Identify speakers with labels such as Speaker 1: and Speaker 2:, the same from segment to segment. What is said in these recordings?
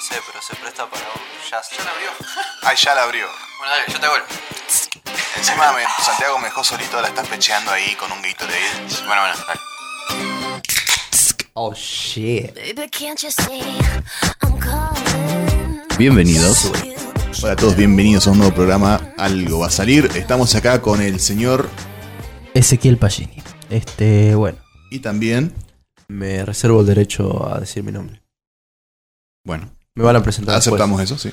Speaker 1: sé, pero se presta para un jazz.
Speaker 2: Ya la abrió.
Speaker 3: Ay, ya la abrió.
Speaker 2: Bueno, dale, yo te hago el.
Speaker 3: Encima me- Santiago me dejó solito, la estás pecheando ahí con un Gatorade.
Speaker 2: Bueno, bueno, dale.
Speaker 4: Oh shit.
Speaker 5: Baby, can't you see I'm calling?
Speaker 3: Bienvenidos. Hola a todos, bienvenidos a un nuevo programa. Algo va a salir. Estamos acá con el señor
Speaker 4: Ezequiel Pagini. Este, bueno.
Speaker 3: y también.
Speaker 6: Me reservo el derecho a decir mi nombre.
Speaker 7: Bueno,
Speaker 6: Me van a presentar
Speaker 3: Aceptamos eso, sí.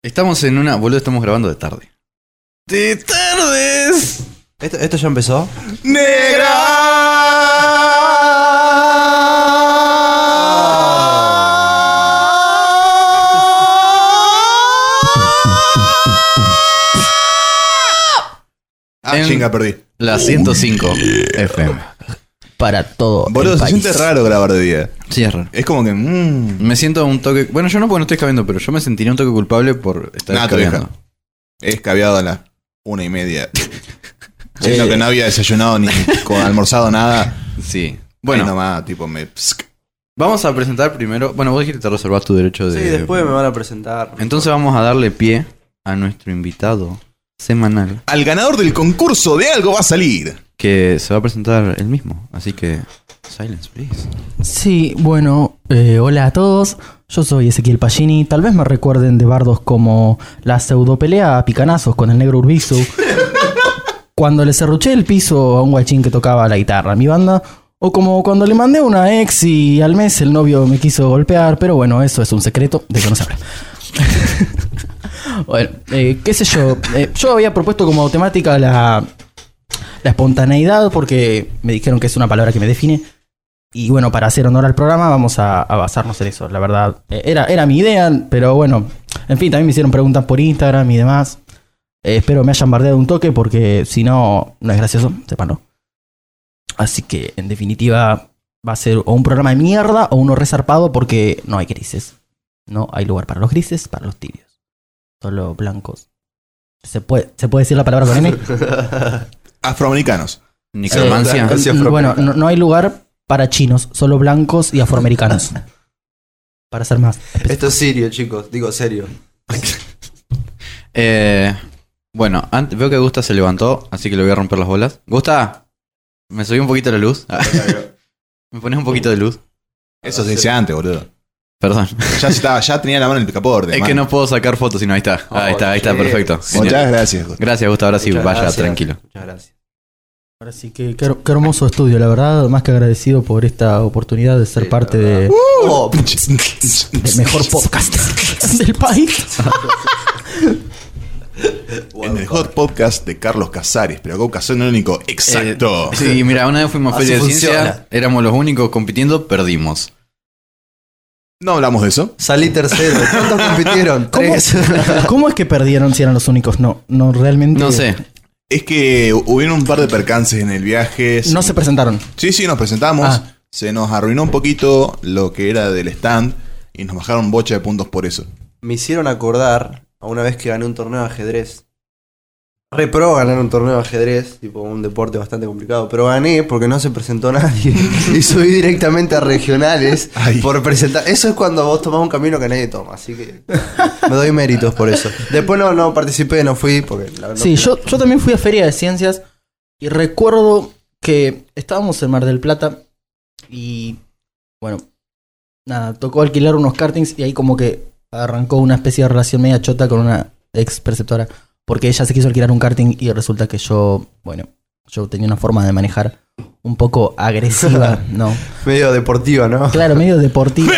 Speaker 7: estamos en una. Boludo, estamos grabando de tarde.
Speaker 6: ¡De tardes! ¿Esto, esto ya empezó?
Speaker 3: Ah,
Speaker 7: En-
Speaker 3: chinga, perdí.
Speaker 7: La 105 FM.
Speaker 4: Para todo.
Speaker 3: Boludo,
Speaker 4: el
Speaker 3: se siente
Speaker 4: país.
Speaker 3: raro grabar de día.
Speaker 7: Sí, es raro.
Speaker 3: Es como que. Mmm,
Speaker 7: Me siento un toque. Bueno, yo no porque no estoy escabeando, pero yo me sentiría un toque culpable por estar
Speaker 3: Nah, te
Speaker 7: escabeando.
Speaker 3: he escabeado a las una y media. Siendo que no había desayunado ni co- almorzado nada.
Speaker 7: Sí. Bueno,
Speaker 3: Ahí nomás, tipo, me. psk.
Speaker 7: vamos a presentar primero. Bueno, vos dijiste que te reservas tu derecho
Speaker 6: Sí,
Speaker 7: de.
Speaker 6: después me van a presentar.
Speaker 7: Entonces vamos a darle pie a nuestro invitado semanal
Speaker 3: Al ganador del concurso de algo va a salir.
Speaker 7: que se va a presentar él mismo. Así que. Silence, please.
Speaker 4: Sí, bueno, eh, hola a todos. Yo soy Ezequiel Pagini. Tal vez me recuerden de bardos como la pseudopelea a picanazos con el negro Urbizu. cuando le cerruché el piso a un guachín que tocaba la guitarra a mi banda. O como cuando le mandé una ex y al mes el novio me quiso golpear. Pero bueno, eso es un secreto de que no se habla. bueno, eh, qué sé yo. Eh, yo había propuesto como temática la, la espontaneidad porque me dijeron que es una palabra que me define. Y bueno, para hacer honor al programa vamos a, a basarnos en eso, la verdad. Eh, Era, era mi idea, pero bueno. En fin, también me hicieron preguntas por Instagram y demás. Eh, espero me hayan bardeado un toque porque si no, no es gracioso, sepanlo. Así que, en definitiva, va a ser o un programa de mierda o uno resarpado porque no hay grises. No hay lugar para los grises, para los tibios. Solo blancos. ¿Se puede, ¿se puede decir la palabra con N?
Speaker 3: Afroamericanos.
Speaker 4: Eh,
Speaker 7: Necromancia.
Speaker 6: Gracias,
Speaker 4: n-
Speaker 6: Frope.
Speaker 4: bueno, no, no hay lugar para chinos, solo blancos y afroamericanos. para ser más.
Speaker 6: Esto es serio, chicos. Digo, serio.
Speaker 7: Eh, bueno, ant- veo que Gusta se levantó, así que le voy a romper las bolas. Gusta, me subí un poquito la luz. me pones un poquito de luz.
Speaker 3: Eso se dice antes, boludo.
Speaker 7: Perdón.
Speaker 3: Ya, estaba, ya tenía la mano en el picaporte.
Speaker 7: es que no puedo sacar fotos, sino ahí está.
Speaker 6: Oh,
Speaker 7: ahí está, ahí está,
Speaker 6: Oye.
Speaker 7: perfecto. Genial.
Speaker 3: Muchas gracias. Gusta.
Speaker 7: Gracias, Gusta. Ahora sí,
Speaker 6: Muchas
Speaker 7: vaya,
Speaker 6: gracias.
Speaker 7: tranquilo.
Speaker 6: Muchas gracias.
Speaker 4: Ahora sí que qué, her- qué hermoso estudio, la verdad, más que agradecido por esta oportunidad de ser
Speaker 6: Sí,
Speaker 4: parte
Speaker 6: la
Speaker 4: de-
Speaker 6: verdad.
Speaker 4: del
Speaker 7: Uh,
Speaker 3: Oh,
Speaker 4: mejor podcast del país.
Speaker 3: En el hot podcast de Carlos Casares, pero con Casares no el único. Exacto.
Speaker 7: Eh, sí, mira, una vez fuimos a
Speaker 6: Oh. Así
Speaker 7: Feria de
Speaker 6: funciona.
Speaker 7: Ciencia, éramos los únicos compitiendo, perdimos.
Speaker 3: No hablamos de eso.
Speaker 6: Salí tercero. ¿Cuántos compitieron?
Speaker 4: ¿Cómo,
Speaker 6: Tres.
Speaker 4: ¿Cómo es que perdieron si eran los únicos? No, no realmente.
Speaker 7: No sé.
Speaker 3: Es que hubieron un par de percances en el viaje.
Speaker 4: No se presentaron.
Speaker 3: Sí, sí, nos presentamos.
Speaker 4: Ah.
Speaker 3: Se nos arruinó un poquito lo que era del stand y nos bajaron bocha de puntos por eso.
Speaker 6: Me hicieron acordar a una vez que gané un torneo de ajedrez. Repro ganar un torneo de ajedrez, tipo un deporte bastante complicado, pero gané porque no se presentó nadie y subí directamente a regionales
Speaker 3: Ay.
Speaker 6: por presentar. Eso es cuando vos tomás un camino que nadie toma, así que me doy méritos por eso. Después no, no participé, no fui porque la verdad.
Speaker 4: Sí, yo, yo también fui a Feria de Ciencias y recuerdo que estábamos en Mar del Plata y, bueno, nada, tocó alquilar unos kartings y ahí como que arrancó una especie de relación media chota con una ex preceptora porque ella se quiso alquilar un karting y resulta que yo, bueno, yo tenía una forma de manejar un poco agresiva, ¿no?
Speaker 6: medio deportiva, ¿no?
Speaker 4: Claro, medio deportivo.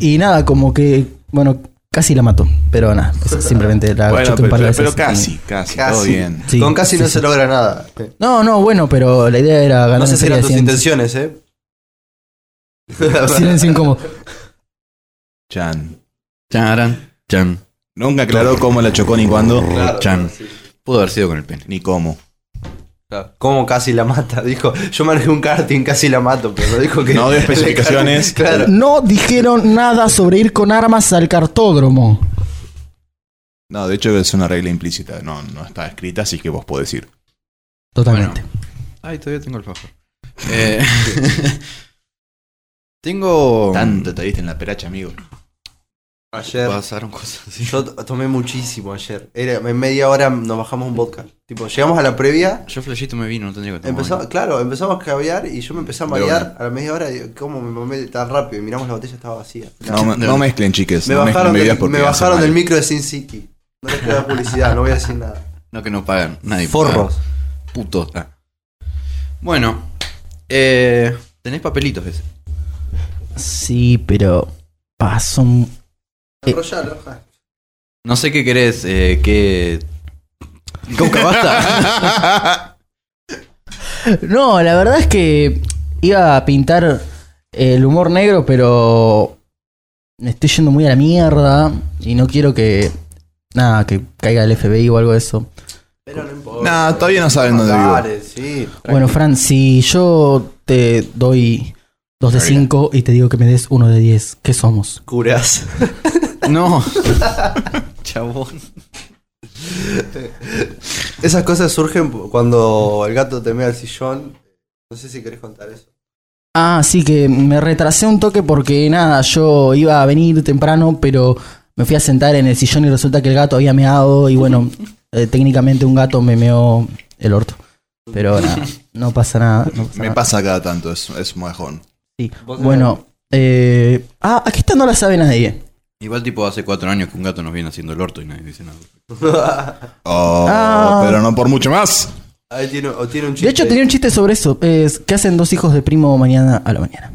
Speaker 4: Y nada, como que, bueno, casi la mato, pero nada, es simplemente la choqué un par de veces y-
Speaker 3: casi,
Speaker 6: Casi.
Speaker 3: todo bien.
Speaker 4: Sí,
Speaker 6: Con casi
Speaker 4: sí,
Speaker 6: no
Speaker 4: sí.
Speaker 6: se logra nada.
Speaker 4: No, no, bueno, pero la idea era ganar
Speaker 6: No sé
Speaker 4: en
Speaker 6: si
Speaker 4: Feria
Speaker 6: eran
Speaker 4: de
Speaker 6: tus
Speaker 4: Ciencias.
Speaker 6: intenciones, ¿eh?
Speaker 4: Silencio incómodo.
Speaker 3: Chan.
Speaker 7: Charan, chan,
Speaker 3: Nunca aclaró cómo la chocó ni cuándo,
Speaker 7: chan. Pudo haber sido con el pene.
Speaker 3: ni cómo.
Speaker 6: ¿Cómo casi la mata? Dijo, yo manejé un karting, casi la mato, pero no dijo que...
Speaker 3: No dio especificaciones.
Speaker 6: claro.
Speaker 4: No dijeron nada sobre ir con armas al cartódromo.
Speaker 3: No, de hecho es una regla implícita. No, no está escrita, así que vos podés ir.
Speaker 4: Totalmente.
Speaker 7: Ay, todavía tengo el favor. Eh, Tengo.
Speaker 3: Tanto te diste en la peracha, amigo.
Speaker 6: Ayer.
Speaker 7: Pasaron cosas así.
Speaker 6: Yo to- tomé muchísimo ayer. Era, en media hora nos bajamos un vodka. Tipo, llegamos a la previa.
Speaker 7: Yo flashito me vino, no tendría que tomar.
Speaker 6: Empezamos, claro, empezamos a caviar y yo me empecé a
Speaker 3: De
Speaker 6: marear
Speaker 3: una.
Speaker 6: a la media hora. Digo, ¿Cómo me mamé tan rápido? Y miramos la botella, estaba vacía.
Speaker 3: No, me- no mezclen, chiques.
Speaker 6: Me
Speaker 3: no mezclen
Speaker 6: bajaron,
Speaker 3: bebidas
Speaker 6: del,
Speaker 3: porque
Speaker 6: me
Speaker 3: hacen
Speaker 6: bajaron
Speaker 3: mal.
Speaker 6: del micro de Sin City. No les queda publicidad, no voy a decir nada.
Speaker 7: No que no pagan. Nadie
Speaker 6: Forros.
Speaker 7: paga. Putos. Ah. Bueno. Eh, tenés papelitos ese.
Speaker 4: Sí, pero. Pasó. un- Eh.
Speaker 6: Enrollalo, ja.
Speaker 7: No sé qué querés, eh, qué. Coca, basta.
Speaker 4: No, la verdad es que iba a pintar eh, el humor negro, pero. Me estoy yendo muy a la mierda. Y no quiero que. Nada, que caiga el FBI o algo de eso.
Speaker 6: Pero no importa.
Speaker 3: Nah, todavía no saben dónde vivo.
Speaker 6: Dale, sí.
Speaker 4: Bueno, Fran, si yo te doy 2 de 5 y te digo que me des 1 de 10, ¿qué somos?
Speaker 6: Curas.
Speaker 7: no. Chabón.
Speaker 6: Esas cosas surgen cuando el gato te mea el sillón. No sé si querés contar eso.
Speaker 4: Ah, sí, que me retrasé un toque porque nada, yo iba a venir temprano, pero me fui a sentar en el sillón y resulta que el gato había meado y bueno, eh, técnicamente un gato me meó el orto. Pero nada, no pasa nada. no pasa
Speaker 3: Me
Speaker 4: nada.
Speaker 3: pasa cada tanto, es, es un bajón.
Speaker 4: Sí.
Speaker 6: Vos
Speaker 4: Bueno, eh, ah, aquí esta no la sabe nadie.
Speaker 7: Igual tipo hace cuatro años que un gato nos viene haciendo el orto y nadie dice nada.
Speaker 3: Oh,
Speaker 4: Ah.
Speaker 3: pero no por mucho más.
Speaker 6: Ahí tiene, o tiene un chiste.
Speaker 4: De hecho, tenía un chiste sobre eso. Es, ¿Qué hacen dos hijos de primo mañana a la mañana?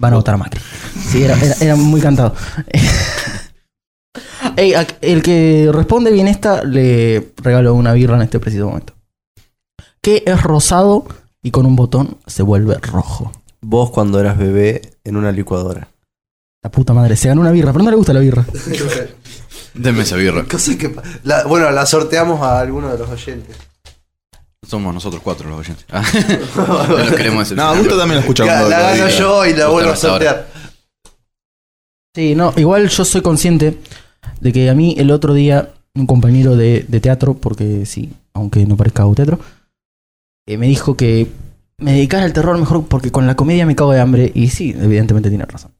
Speaker 4: Van a votar a Macri. Sí, era, era- era muy cantado. Ey, a- el que responde bien esta le regalo una birra en este preciso momento. Que es rosado y con un botón se vuelve rojo.
Speaker 6: Vos cuando eras bebé en una licuadora.
Speaker 4: La puta madre, se ganó una birra, pero no le gusta la birra.
Speaker 7: Denme esa birra.
Speaker 6: Cosas que... pa- la- bueno, la sorteamos a alguno de los oyentes.
Speaker 7: Somos nosotros cuatro los oyentes. Ah, no los queremos
Speaker 3: No,
Speaker 7: decepcionar.
Speaker 3: Gusto también lo escucha
Speaker 6: la
Speaker 3: cuando lo
Speaker 6: gano
Speaker 3: digo.
Speaker 6: yo y la
Speaker 7: Justo
Speaker 6: vuelvo a
Speaker 7: hasta
Speaker 6: sortear.
Speaker 4: Sí, no, igual yo soy consciente de que a mí el otro día un compañero de, de teatro, porque sí, aunque no parezca un teatro, eh, me dijo que me dedicara al terror mejor porque con la comedia me cago de hambre y sí, evidentemente tiene razón.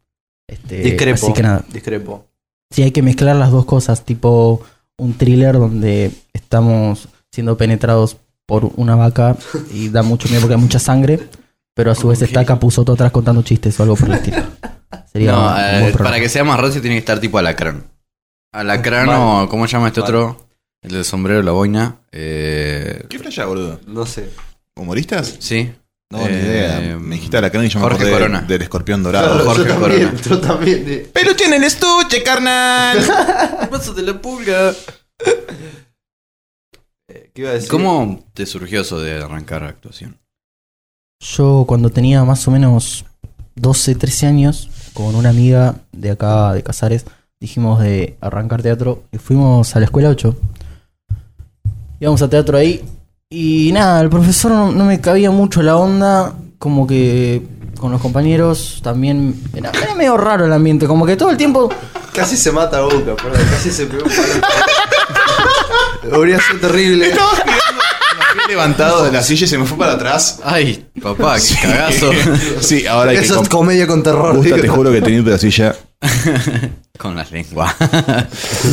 Speaker 4: Este,
Speaker 6: Discrepo.
Speaker 4: Así que nada,
Speaker 6: Discrepo.
Speaker 4: sí hay que mezclar las dos cosas, tipo un thriller donde estamos siendo penetrados por una vaca y da mucho miedo porque hay mucha sangre, pero a su vez está Capuzoto atrás contando chistes o algo por el estilo. Sería
Speaker 7: No,
Speaker 4: un buen
Speaker 7: eh,
Speaker 4: programa.
Speaker 7: para que sea más rancio tiene que estar tipo alacrán. Alacrán o, ¿cómo se llama este otro? El del sombrero, la boina. Eh,
Speaker 3: ¿Qué flasha, boludo?
Speaker 6: No sé.
Speaker 3: ¿Humoristas?
Speaker 7: sí.
Speaker 3: No,
Speaker 7: Eh,
Speaker 3: ni idea. Me dijiste a la crana y yo
Speaker 7: Jorge
Speaker 3: me acordé
Speaker 7: Corona.
Speaker 3: del escorpión dorado.
Speaker 7: Jorge
Speaker 6: yo también,
Speaker 7: Corona.
Speaker 6: yo también. eh. de-
Speaker 3: ¡Peluche en el estuche, carnal!
Speaker 7: Pásate la pulga.
Speaker 6: eh, ¿Qué iba a decir?
Speaker 7: ¿Cómo te surgió eso de arrancar actuación?
Speaker 4: Yo cuando tenía más o menos 12, 13 años, con una amiga de acá, de Casares, dijimos de arrancar teatro y fuimos a la escuela 8. Íbamos a teatro ahí y nada, el profesor no, no me cabía mucho la onda, como que con los compañeros también era, era medio raro el ambiente, como que todo el tiempo...
Speaker 6: Casi se mata a Boca, perdón. Casi se pegó un palo. Habría sido terrible.
Speaker 3: Fui levantado de la silla y se me fue para atrás.
Speaker 7: Ay, papá, qué cagazo.
Speaker 3: Sí, ahora hay que...
Speaker 6: Eso es
Speaker 3: comp-
Speaker 6: comedia con terror.
Speaker 3: Gusta,
Speaker 6: digo.
Speaker 3: te juro que tenía de la silla.
Speaker 7: Con las lenguas.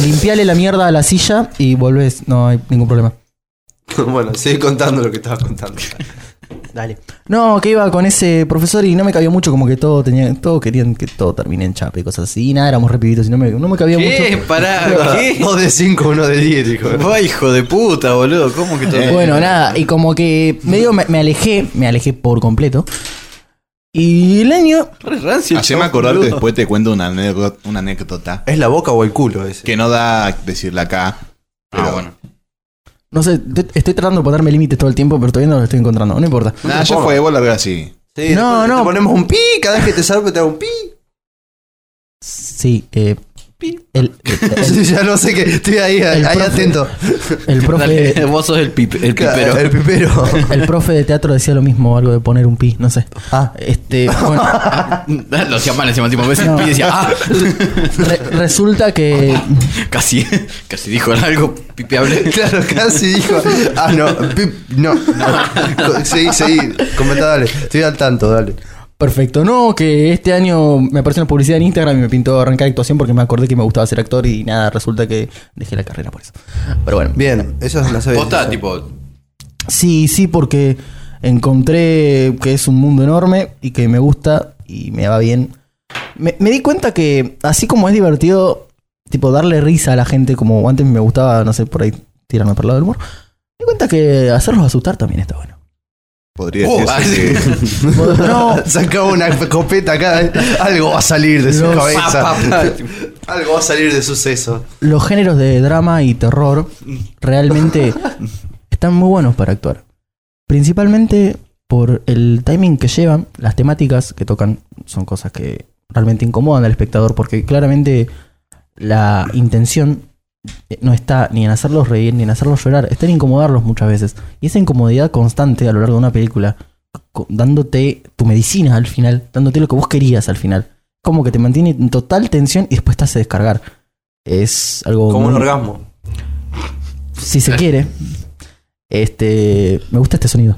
Speaker 4: Limpiale la mierda a la silla y volvés, no hay ningún problema.
Speaker 6: bueno, sigue contando lo que estabas contando.
Speaker 4: Dale. No, que iba con ese profesor y no me cabía mucho, como que todo tenía, todo querían que todo termine en chape y cosas así. Y nada, éramos repibitos y no me, no me cabía
Speaker 7: ¿Qué?
Speaker 4: mucho.
Speaker 7: Pará, ¿qué?
Speaker 6: Dos de cinco, uno de diez, dijo.
Speaker 7: Va, hijo de puta, boludo. ¿Cómo que te...
Speaker 4: Eh, Bueno, nada, y como que medio me, me alejé, me alejé por completo. Y el año.
Speaker 7: Re rancio,
Speaker 3: Haceme
Speaker 7: chabón,
Speaker 3: acordar que
Speaker 7: boludo.
Speaker 3: después te cuento una anécdota, una anécdota
Speaker 6: ¿Es la boca o el culo ese?
Speaker 3: que no da decirla acá.
Speaker 7: Ah, bueno.
Speaker 4: No sé, te- estoy tratando de ponerme límites todo el tiempo, pero todavía no lo estoy encontrando. No importa.
Speaker 3: Nada, ya fue, vos largar así.
Speaker 6: Sí,
Speaker 4: No,
Speaker 6: después
Speaker 4: no.
Speaker 6: Te ponemos un pi, cada vez que te salgo te hago un pi.
Speaker 4: Sí, eh. El, el-
Speaker 6: Sí, ya no sé qué. Estoy ahí,
Speaker 4: El
Speaker 6: ahí
Speaker 4: profe.
Speaker 6: atento.
Speaker 4: el
Speaker 7: Dale,
Speaker 4: profe.
Speaker 7: vos sos el, pip- el pipero.
Speaker 6: El pipero.
Speaker 4: El profe de teatro decía lo mismo, algo de poner un pi, no sé. Ah, este. Bueno,
Speaker 7: Lo hacía mal encima, tipo, a veces
Speaker 4: No.
Speaker 7: y decía, ah,
Speaker 4: re- resulta que.
Speaker 7: casi, casi dijo algo pipeable.
Speaker 6: claro, casi dijo. Ah, no. Pip, no. Seguí, seguí. Comentá, dale. Estoy al tanto, dale.
Speaker 4: Perfecto. No, que este año me apareció una publicidad en Instagram y me pintó arrancar actuación porque me acordé que me gustaba ser actor y nada, resulta que dejé la carrera por eso. Pero bueno.
Speaker 6: Bien, eso es la sabía.
Speaker 7: Posta, tipo,
Speaker 4: Sí, sí, porque encontré que es un mundo enorme y que me gusta y me va bien. Me, me di cuenta que así como es divertido, tipo, darle risa a la gente, como antes me gustaba, no sé, por ahí tirarme por el lado del humor, me di cuenta que hacerlos asustar también está bueno.
Speaker 3: Podría
Speaker 7: Oh,
Speaker 3: decirse
Speaker 7: ah,
Speaker 3: que-
Speaker 4: No,
Speaker 6: Sacaba una escopeta acá. eh. Algo va a salir de su
Speaker 4: Los-
Speaker 6: cabeza.
Speaker 7: Pa, pa, pa.
Speaker 6: Algo va a salir de su seso.
Speaker 4: los géneros de drama y terror realmente están muy buenos para actuar. Principalmente por el timing que llevan, las temáticas que tocan son cosas que realmente incomodan al espectador porque claramente la intención eh, no está ni en hacerlos reír ni en hacerlos llorar, está en incomodarlos muchas veces. Y esa incomodidad constante a lo largo de una película, co- dándote tu medicina al final, dándote lo que vos querías al final, como que te mantiene en total tensión y después te hace descargar. Es algo
Speaker 7: Oh,
Speaker 6: Como un
Speaker 4: muy-
Speaker 6: orgasmo.
Speaker 4: si se quiere. Este, me gusta este sonido.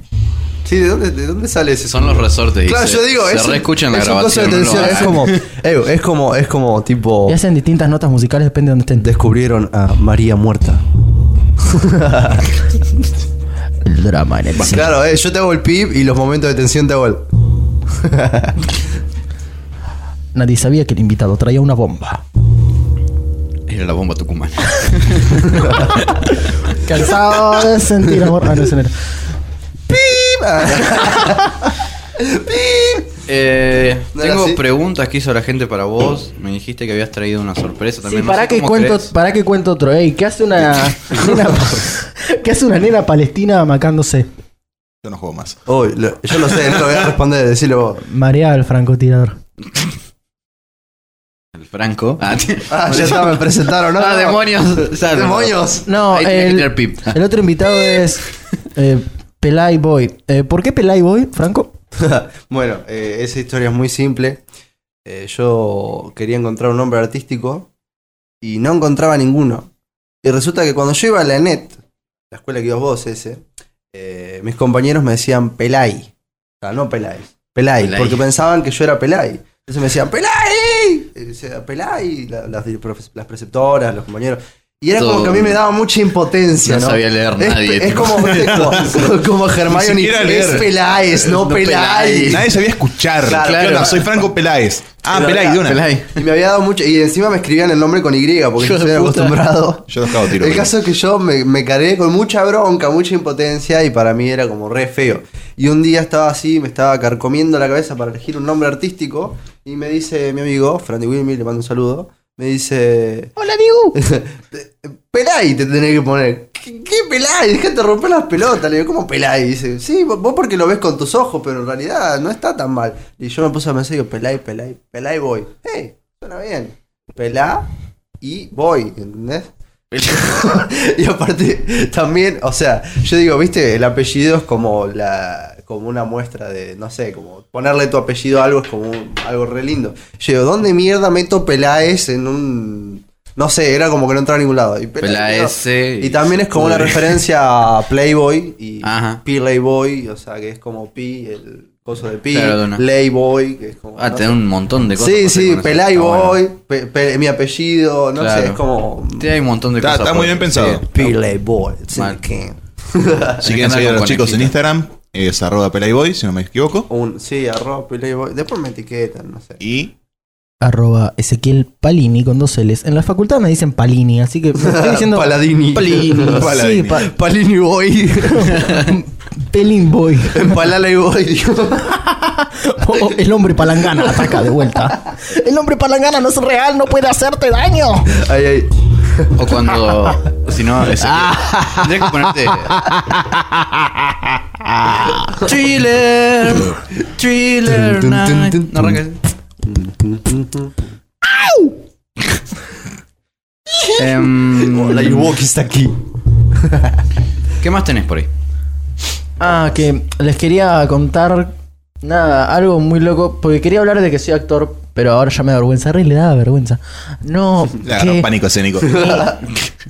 Speaker 6: Sí, ¿de dónde, de dónde sale ese
Speaker 7: son los resortes.
Speaker 6: Claro,
Speaker 7: y se-
Speaker 6: yo digo,
Speaker 7: se
Speaker 6: es,
Speaker 7: reescuchan la
Speaker 6: es un coso
Speaker 7: grabación.
Speaker 6: de
Speaker 7: no ah, lo
Speaker 6: tensión, es
Speaker 7: hagan.
Speaker 6: como, eh, es como, es como tipo,
Speaker 4: Y hacen distintas notas musicales depende Oh. de donde estén.
Speaker 6: descubrieron a María muerta.
Speaker 4: El drama en el cine.
Speaker 6: Claro, eh, yo te hago el pip y los momentos de tensión te hago el...
Speaker 4: Nadie sabía que el invitado traía una bomba.
Speaker 7: Era la bomba tucumana.
Speaker 4: Cansado de sentir amor. Ah, no, eso no era.
Speaker 6: Ah.
Speaker 7: Eh,
Speaker 6: ¿No era
Speaker 7: tengo
Speaker 6: así?
Speaker 7: preguntas que hizo la gente para vos. Me dijiste que habías traído una sorpresa también.
Speaker 4: Sí,
Speaker 7: No
Speaker 4: para
Speaker 7: sé
Speaker 4: que
Speaker 7: cómo
Speaker 4: cuento,
Speaker 7: crees.
Speaker 4: para que cuento otro. Ey, ¿qué hace una nena, qué hace una nena palestina macándose?
Speaker 3: Yo no juego más.
Speaker 6: Uy, lo- yo lo sé, no lo voy a responder, decilo vos.
Speaker 4: Marea al francotirador.
Speaker 7: El Franco. Ah, t-
Speaker 6: Ah, ya está, me presentaron, ¿no?
Speaker 7: Ah, demonios. Salvo.
Speaker 6: ¡Demonios!
Speaker 4: No,
Speaker 7: Ahí tenés que
Speaker 4: el,
Speaker 7: tirar pip.
Speaker 4: el otro invitado es eh, Pelay Boy. Eh, ¿Por qué Pelay Boy, Franco?
Speaker 6: bueno, eh, esa historia es muy simple. Eh, yo quería encontrar un nombre artístico y no encontraba ninguno. Y resulta que cuando yo iba a la NET, la escuela que ibas vos ese, eh, mis compañeros me decían Pelay. O sea, no Pelay. Pelay,
Speaker 7: Pelay.
Speaker 6: porque pensaban que yo era Pelay. Entonces me decían ¡Pelay! Y decía, Pelay, la- las, di- profe- las preceptoras, los compañeros. Y era
Speaker 7: Todo.
Speaker 6: como que a mí me daba mucha impotencia,
Speaker 7: No
Speaker 6: ¿no?
Speaker 7: sabía leer
Speaker 6: Es-
Speaker 7: nadie,
Speaker 6: Es,
Speaker 7: tipo.
Speaker 6: como, viste, como, como Hermione.
Speaker 3: siquiera
Speaker 6: es
Speaker 3: leer.
Speaker 6: Peláez, no,
Speaker 7: No
Speaker 6: Peláez.
Speaker 7: Peláez.
Speaker 3: Nadie sabía escuchar.
Speaker 6: Claro,
Speaker 3: ¿Qué onda?
Speaker 7: claro.
Speaker 3: Soy Franco Peláez. Ah,
Speaker 6: Pero
Speaker 3: Peláez,
Speaker 6: acá,
Speaker 3: de una.
Speaker 7: Pelay.
Speaker 6: Y me había dado mucho. Y encima me escribían el nombre con Y, porque yo
Speaker 7: Hijo de
Speaker 6: estoy
Speaker 7: puta.
Speaker 6: acostumbrado.
Speaker 3: Yo los cago tiro.
Speaker 6: El caso es que yo me, me cargué con mucha bronca, mucha impotencia, y para mí era como re feo. Y un día estaba así, me estaba carcomiendo la cabeza para elegir un nombre artístico, y me dice mi amigo, Franny Wilmy, le mando un saludo, me dice...
Speaker 4: Hola, Diego.
Speaker 6: Pelay te tenés que poner. ¿Qué, qué Pelay? Dejate romper las pelotas. Le digo, ¿cómo Pelay? Dice, sí, vos vos porque lo ves con tus ojos, pero en realidad no está tan mal. Y yo me puse a pensar, digo, Pelay, Pelay, Pelay voy. Hey, suena bien. Pelá y voy, ¿entendés? y aparte, también, o sea, yo digo, viste, el apellido es como la como una muestra de, no sé, como ponerle tu apellido a algo es como un- algo re lindo. Yo digo, ¿dónde mierda meto Peláez en un... No sé, era como que no entraba a ningún lado. Y,
Speaker 7: Peláez,
Speaker 6: no.
Speaker 7: y
Speaker 6: y también es como una
Speaker 7: Pudre.
Speaker 6: referencia a Playboy y
Speaker 7: Ajá.
Speaker 6: Playboy, o sea, que es como Pi, el coso de Pi,
Speaker 7: Claro, de una.
Speaker 6: Playboy, que es como...
Speaker 7: Ah,
Speaker 6: no
Speaker 7: tenés
Speaker 6: sé.
Speaker 7: un montón de cosas.
Speaker 6: Sí,
Speaker 7: para hacer
Speaker 6: sí,
Speaker 7: con eso.
Speaker 6: Pelay
Speaker 7: Ah, bueno.
Speaker 6: Boy, pe- pe- mi apellido, no
Speaker 7: Claro.
Speaker 6: sé, es como...
Speaker 7: Sí, hay un montón de
Speaker 3: Está-
Speaker 7: cosas.
Speaker 3: está muy
Speaker 7: por-
Speaker 3: bien pensado.
Speaker 7: sí.
Speaker 6: Pile Boy. sí,
Speaker 7: Mal.
Speaker 6: que-
Speaker 3: Si
Speaker 7: Tenés que andar
Speaker 3: quieren seguir a
Speaker 7: con
Speaker 3: los chicos en
Speaker 7: conejita.
Speaker 3: Instagram, es arroba Pelayboy, si no me equivoco.
Speaker 6: Un, sí, arroz, Pile Boy. Después me etiquetan, no sé.
Speaker 3: Y
Speaker 4: Arroba Ezequiel Palini con dos L's. En la facultad me dicen Palini, así que me estoy diciendo
Speaker 6: Paladini.
Speaker 4: Palini.
Speaker 3: Palini.
Speaker 4: Sí, pa-
Speaker 6: Palini Boy.
Speaker 4: Pelín Boy.
Speaker 6: Empalala y Boy. digo.
Speaker 4: Oh, el hombre palangana ataca de vuelta. El hombre palangana no es real, no puede hacerte daño.
Speaker 6: Ay, ay.
Speaker 7: O cuando. si no, ese. Tendrías que ponerte. thriller. Thriller.
Speaker 6: Tun, tun, tun,
Speaker 7: night.
Speaker 6: tun,
Speaker 7: No arranques. Em,
Speaker 6: La Iwoki está aquí.
Speaker 7: ¿Qué más tenés por ahí?
Speaker 4: Ah, que les quería contar nada, algo muy loco, porque quería hablar de que soy actor, Pero ahora ya me da vergüenza. Re le daba vergüenza. No,
Speaker 3: Le agarró
Speaker 4: que-
Speaker 3: pánico escénico.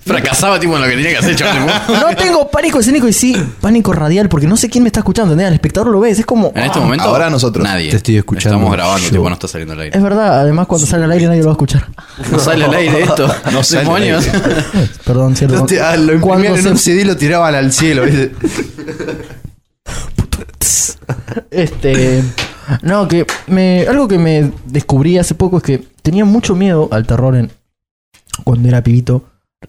Speaker 7: Fracasaba, tipo, en lo que tenía que hacer, chaval.
Speaker 4: no tengo pánico escénico y sí pánico radial porque no sé quién me está escuchando. ¿entendés? Al espectador lo ves. Es como.
Speaker 7: En este
Speaker 4: ah,
Speaker 7: momento.
Speaker 3: Ahora nosotros.
Speaker 7: Nadie.
Speaker 6: Te estoy escuchando.
Speaker 7: Estamos grabando,
Speaker 6: Yo.
Speaker 7: tipo, no está saliendo al aire.
Speaker 4: Es verdad, además cuando salga al aire nadie lo va a escuchar.
Speaker 6: Ah.
Speaker 7: No sale al aire esto.
Speaker 3: No sale al aire.
Speaker 7: Demonios.
Speaker 4: Perdón, cierto.
Speaker 6: Lo, te- ah, lo imprimían
Speaker 4: Cuando
Speaker 6: en
Speaker 4: se-
Speaker 6: un CD y lo tiraban al cielo. ¿viste?
Speaker 4: Este. No, que me. Algo que me descubrí hace poco es que tenía mucho miedo al terror en. Cuando era pibito.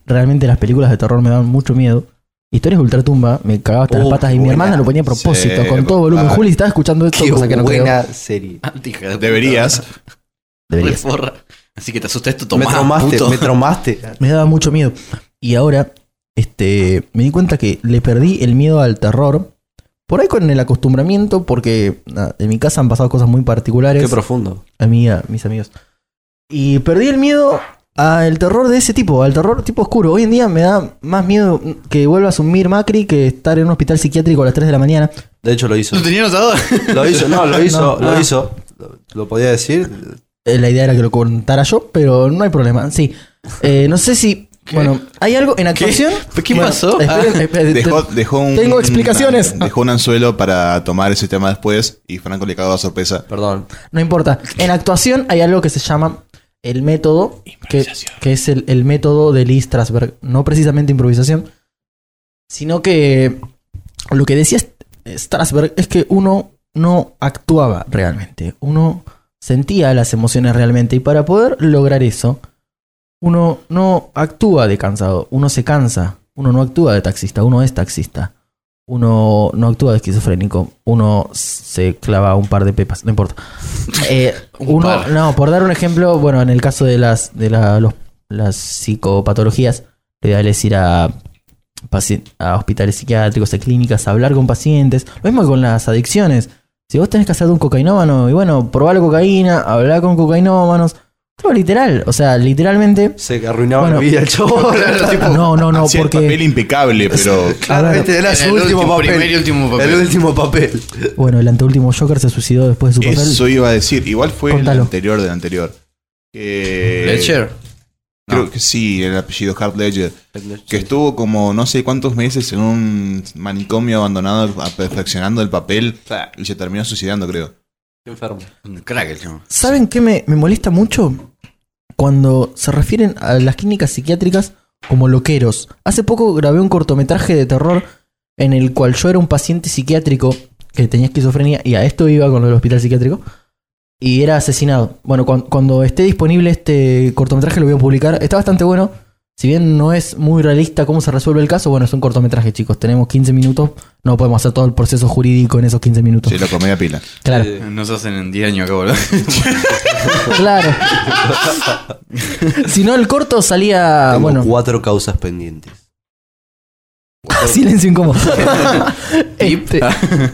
Speaker 4: Realmente las películas de terror me daban mucho miedo. Historias de Ultratumba me cagaba hasta las
Speaker 3: Oh,
Speaker 4: patas y
Speaker 3: qué
Speaker 4: mi
Speaker 3: buena.
Speaker 4: hermana lo ponía a propósito,
Speaker 3: Sí,
Speaker 4: con todo volumen.
Speaker 3: papá.
Speaker 4: Juli, si estás escuchando esto,
Speaker 6: Ah, Qué
Speaker 4: cosa que no creo.
Speaker 6: buena
Speaker 7: Ah,
Speaker 6: serie.
Speaker 3: Deberías.
Speaker 4: Deberías.
Speaker 7: Reforra. Así que te asusta esto,
Speaker 6: me
Speaker 7: tomá,
Speaker 6: traumaste,
Speaker 7: puto.
Speaker 6: me traumaste.
Speaker 4: Me daba mucho miedo. Y ahora, este, me di cuenta que le perdí el miedo al terror. Por ahí con el acostumbramiento, porque nada, en mi casa han pasado cosas muy particulares.
Speaker 6: Qué profundo.
Speaker 4: a mí, a mis amigos. Y perdí el miedo al terror de ese tipo, al terror tipo oscuro. Hoy en día me da más miedo que vuelva a asumir Macri que estar en un hospital psiquiátrico a las 3 de la mañana.
Speaker 6: De hecho, lo hizo.
Speaker 7: ¿Lo tenía anotado?
Speaker 6: Lo hizo, no, lo hizo,
Speaker 4: No.
Speaker 6: lo
Speaker 4: Ah.
Speaker 6: hizo. Lo- Lo podía decir.
Speaker 4: Eh, La idea era que lo contara yo, pero no hay problema. Sí. Eh, no sé si. Bueno, ¿hay algo en actuación?
Speaker 7: ¿Qué
Speaker 4: Bueno,
Speaker 7: pasó?
Speaker 4: esperen, esperen,
Speaker 3: Ah. Dejó,
Speaker 4: te-
Speaker 3: dejó un.
Speaker 4: Este,
Speaker 3: Ah,
Speaker 4: Tengo explicaciones.
Speaker 3: Dejó un anzuelo para tomar ese tema después y Franco le cagó la sorpresa.
Speaker 6: Perdón.
Speaker 4: No importa. En actuación hay algo que se llama el método, que, que es el, el método de Lee Strasberg. No precisamente improvisación, sino que lo que decía Strasberg es que uno no actuaba realmente. Uno sentía las emociones realmente. Y para poder lograr eso, uno no actúa de cansado. Uno se cansa. Uno no actúa de taxista. Uno es taxista. Uno no actúa de esquizofrénico. Uno se clava un par de pepas. No importa. Eh,
Speaker 7: Un
Speaker 4: uno,
Speaker 7: par.
Speaker 4: no, por dar un ejemplo, bueno, en el caso de las, de la- los- las psicopatologías, lo ideal es ir a, paci- a hospitales psiquiátricos, a clínicas, a hablar con pacientes. Lo mismo que con las adicciones. Si vos tenés que hacer de un cocainómano, y bueno, probá la cocaína, hablar con cocainómanos. Todo literal. O sea, literalmente.
Speaker 6: Se arruinaba
Speaker 4: Bueno.
Speaker 6: la vida el chavo.
Speaker 4: No, no, no,
Speaker 3: Hacía el papel
Speaker 4: porque.
Speaker 3: impecable, pero.
Speaker 6: Claro, este era
Speaker 7: Era
Speaker 6: su
Speaker 7: el
Speaker 6: último,
Speaker 7: último,
Speaker 6: papel.
Speaker 7: primer y último papel.
Speaker 6: El último papel.
Speaker 4: Bueno, el anteúltimo Joker se suicidó después de su papel.
Speaker 3: Eso iba a decir. Igual fue el
Speaker 4: Contalo.
Speaker 3: anterior del anterior. Que-
Speaker 7: Ledger.
Speaker 3: Creo
Speaker 7: No.
Speaker 3: que sí, el apellido Hart Ledger. Que estuvo como no sé cuántos meses en un manicomio abandonado a- perfeccionando el papel y se terminó suicidando, creo.
Speaker 6: Enfermo.
Speaker 7: Un Crack el chamo.
Speaker 4: ¿Saben qué me, me molesta mucho? Cuando se refieren a las clínicas psiquiátricas como loqueros. Hace poco grabé un cortometraje de terror en el cual yo era un paciente psiquiátrico que tenía esquizofrenia y a esto iba con lo del hospital psiquiátrico y era asesinado. Bueno, cuan- cuando esté disponible este cortometraje lo voy a publicar. Está bastante bueno. Si bien no es muy realista cómo se resuelve el caso, bueno, es un cortometraje, chicos. Tenemos 15 minutos. No podemos hacer todo el proceso jurídico en esos 15 minutos.
Speaker 3: Se lo comía a pila.
Speaker 4: claro.
Speaker 7: Nos hacen en 10 años acá, boludo.
Speaker 4: Claro. si no, el corto salía.
Speaker 6: Tengo
Speaker 4: Ah, bueno,
Speaker 6: cuatro causas pendientes.
Speaker 4: silencio incómodo. Este,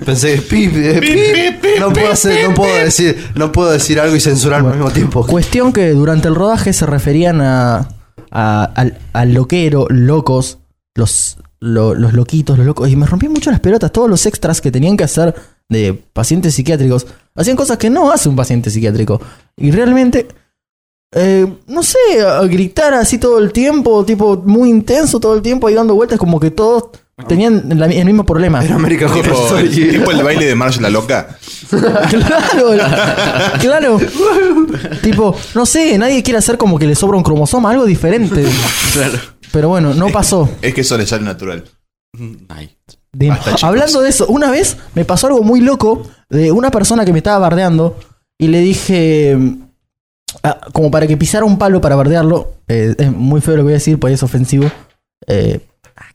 Speaker 6: Pensé, pip, eh, pip, no puedo hacer, no puedo decir, no puedo decir algo y censurar al mismo tiempo.
Speaker 4: cuestión que durante el rodaje se referían a. a- al, al loquero, locos, los, lo- los loquitos, los locos. Y me rompí mucho las pelotas. Todos los extras que tenían que hacer de pacientes psiquiátricos hacían cosas que no hace un paciente psiquiátrico. Y realmente. eh, no sé, a- a gritar así todo el tiempo, tipo muy intenso todo el tiempo, ahí dando vueltas, como que todos tenían la- el mismo problema.
Speaker 6: Era América Horror
Speaker 3: Tipo,
Speaker 6: Story.
Speaker 3: tipo el baile de Marge la loca.
Speaker 4: Claro, la- claro. tipo, no sé, nadie quiere hacer como que le sobra un cromosoma, algo diferente.
Speaker 7: Claro.
Speaker 4: Pero bueno, no pasó.
Speaker 3: Es que eso le sale natural.
Speaker 7: Ay.
Speaker 4: De-
Speaker 3: Basta, chicos.
Speaker 4: Hablando de eso, una vez me pasó algo muy loco de una persona que me estaba bardeando y le dije, ah, como para que pisara un palo para bardearlo, eh, es muy feo lo que voy a decir, pues es ofensivo. eh,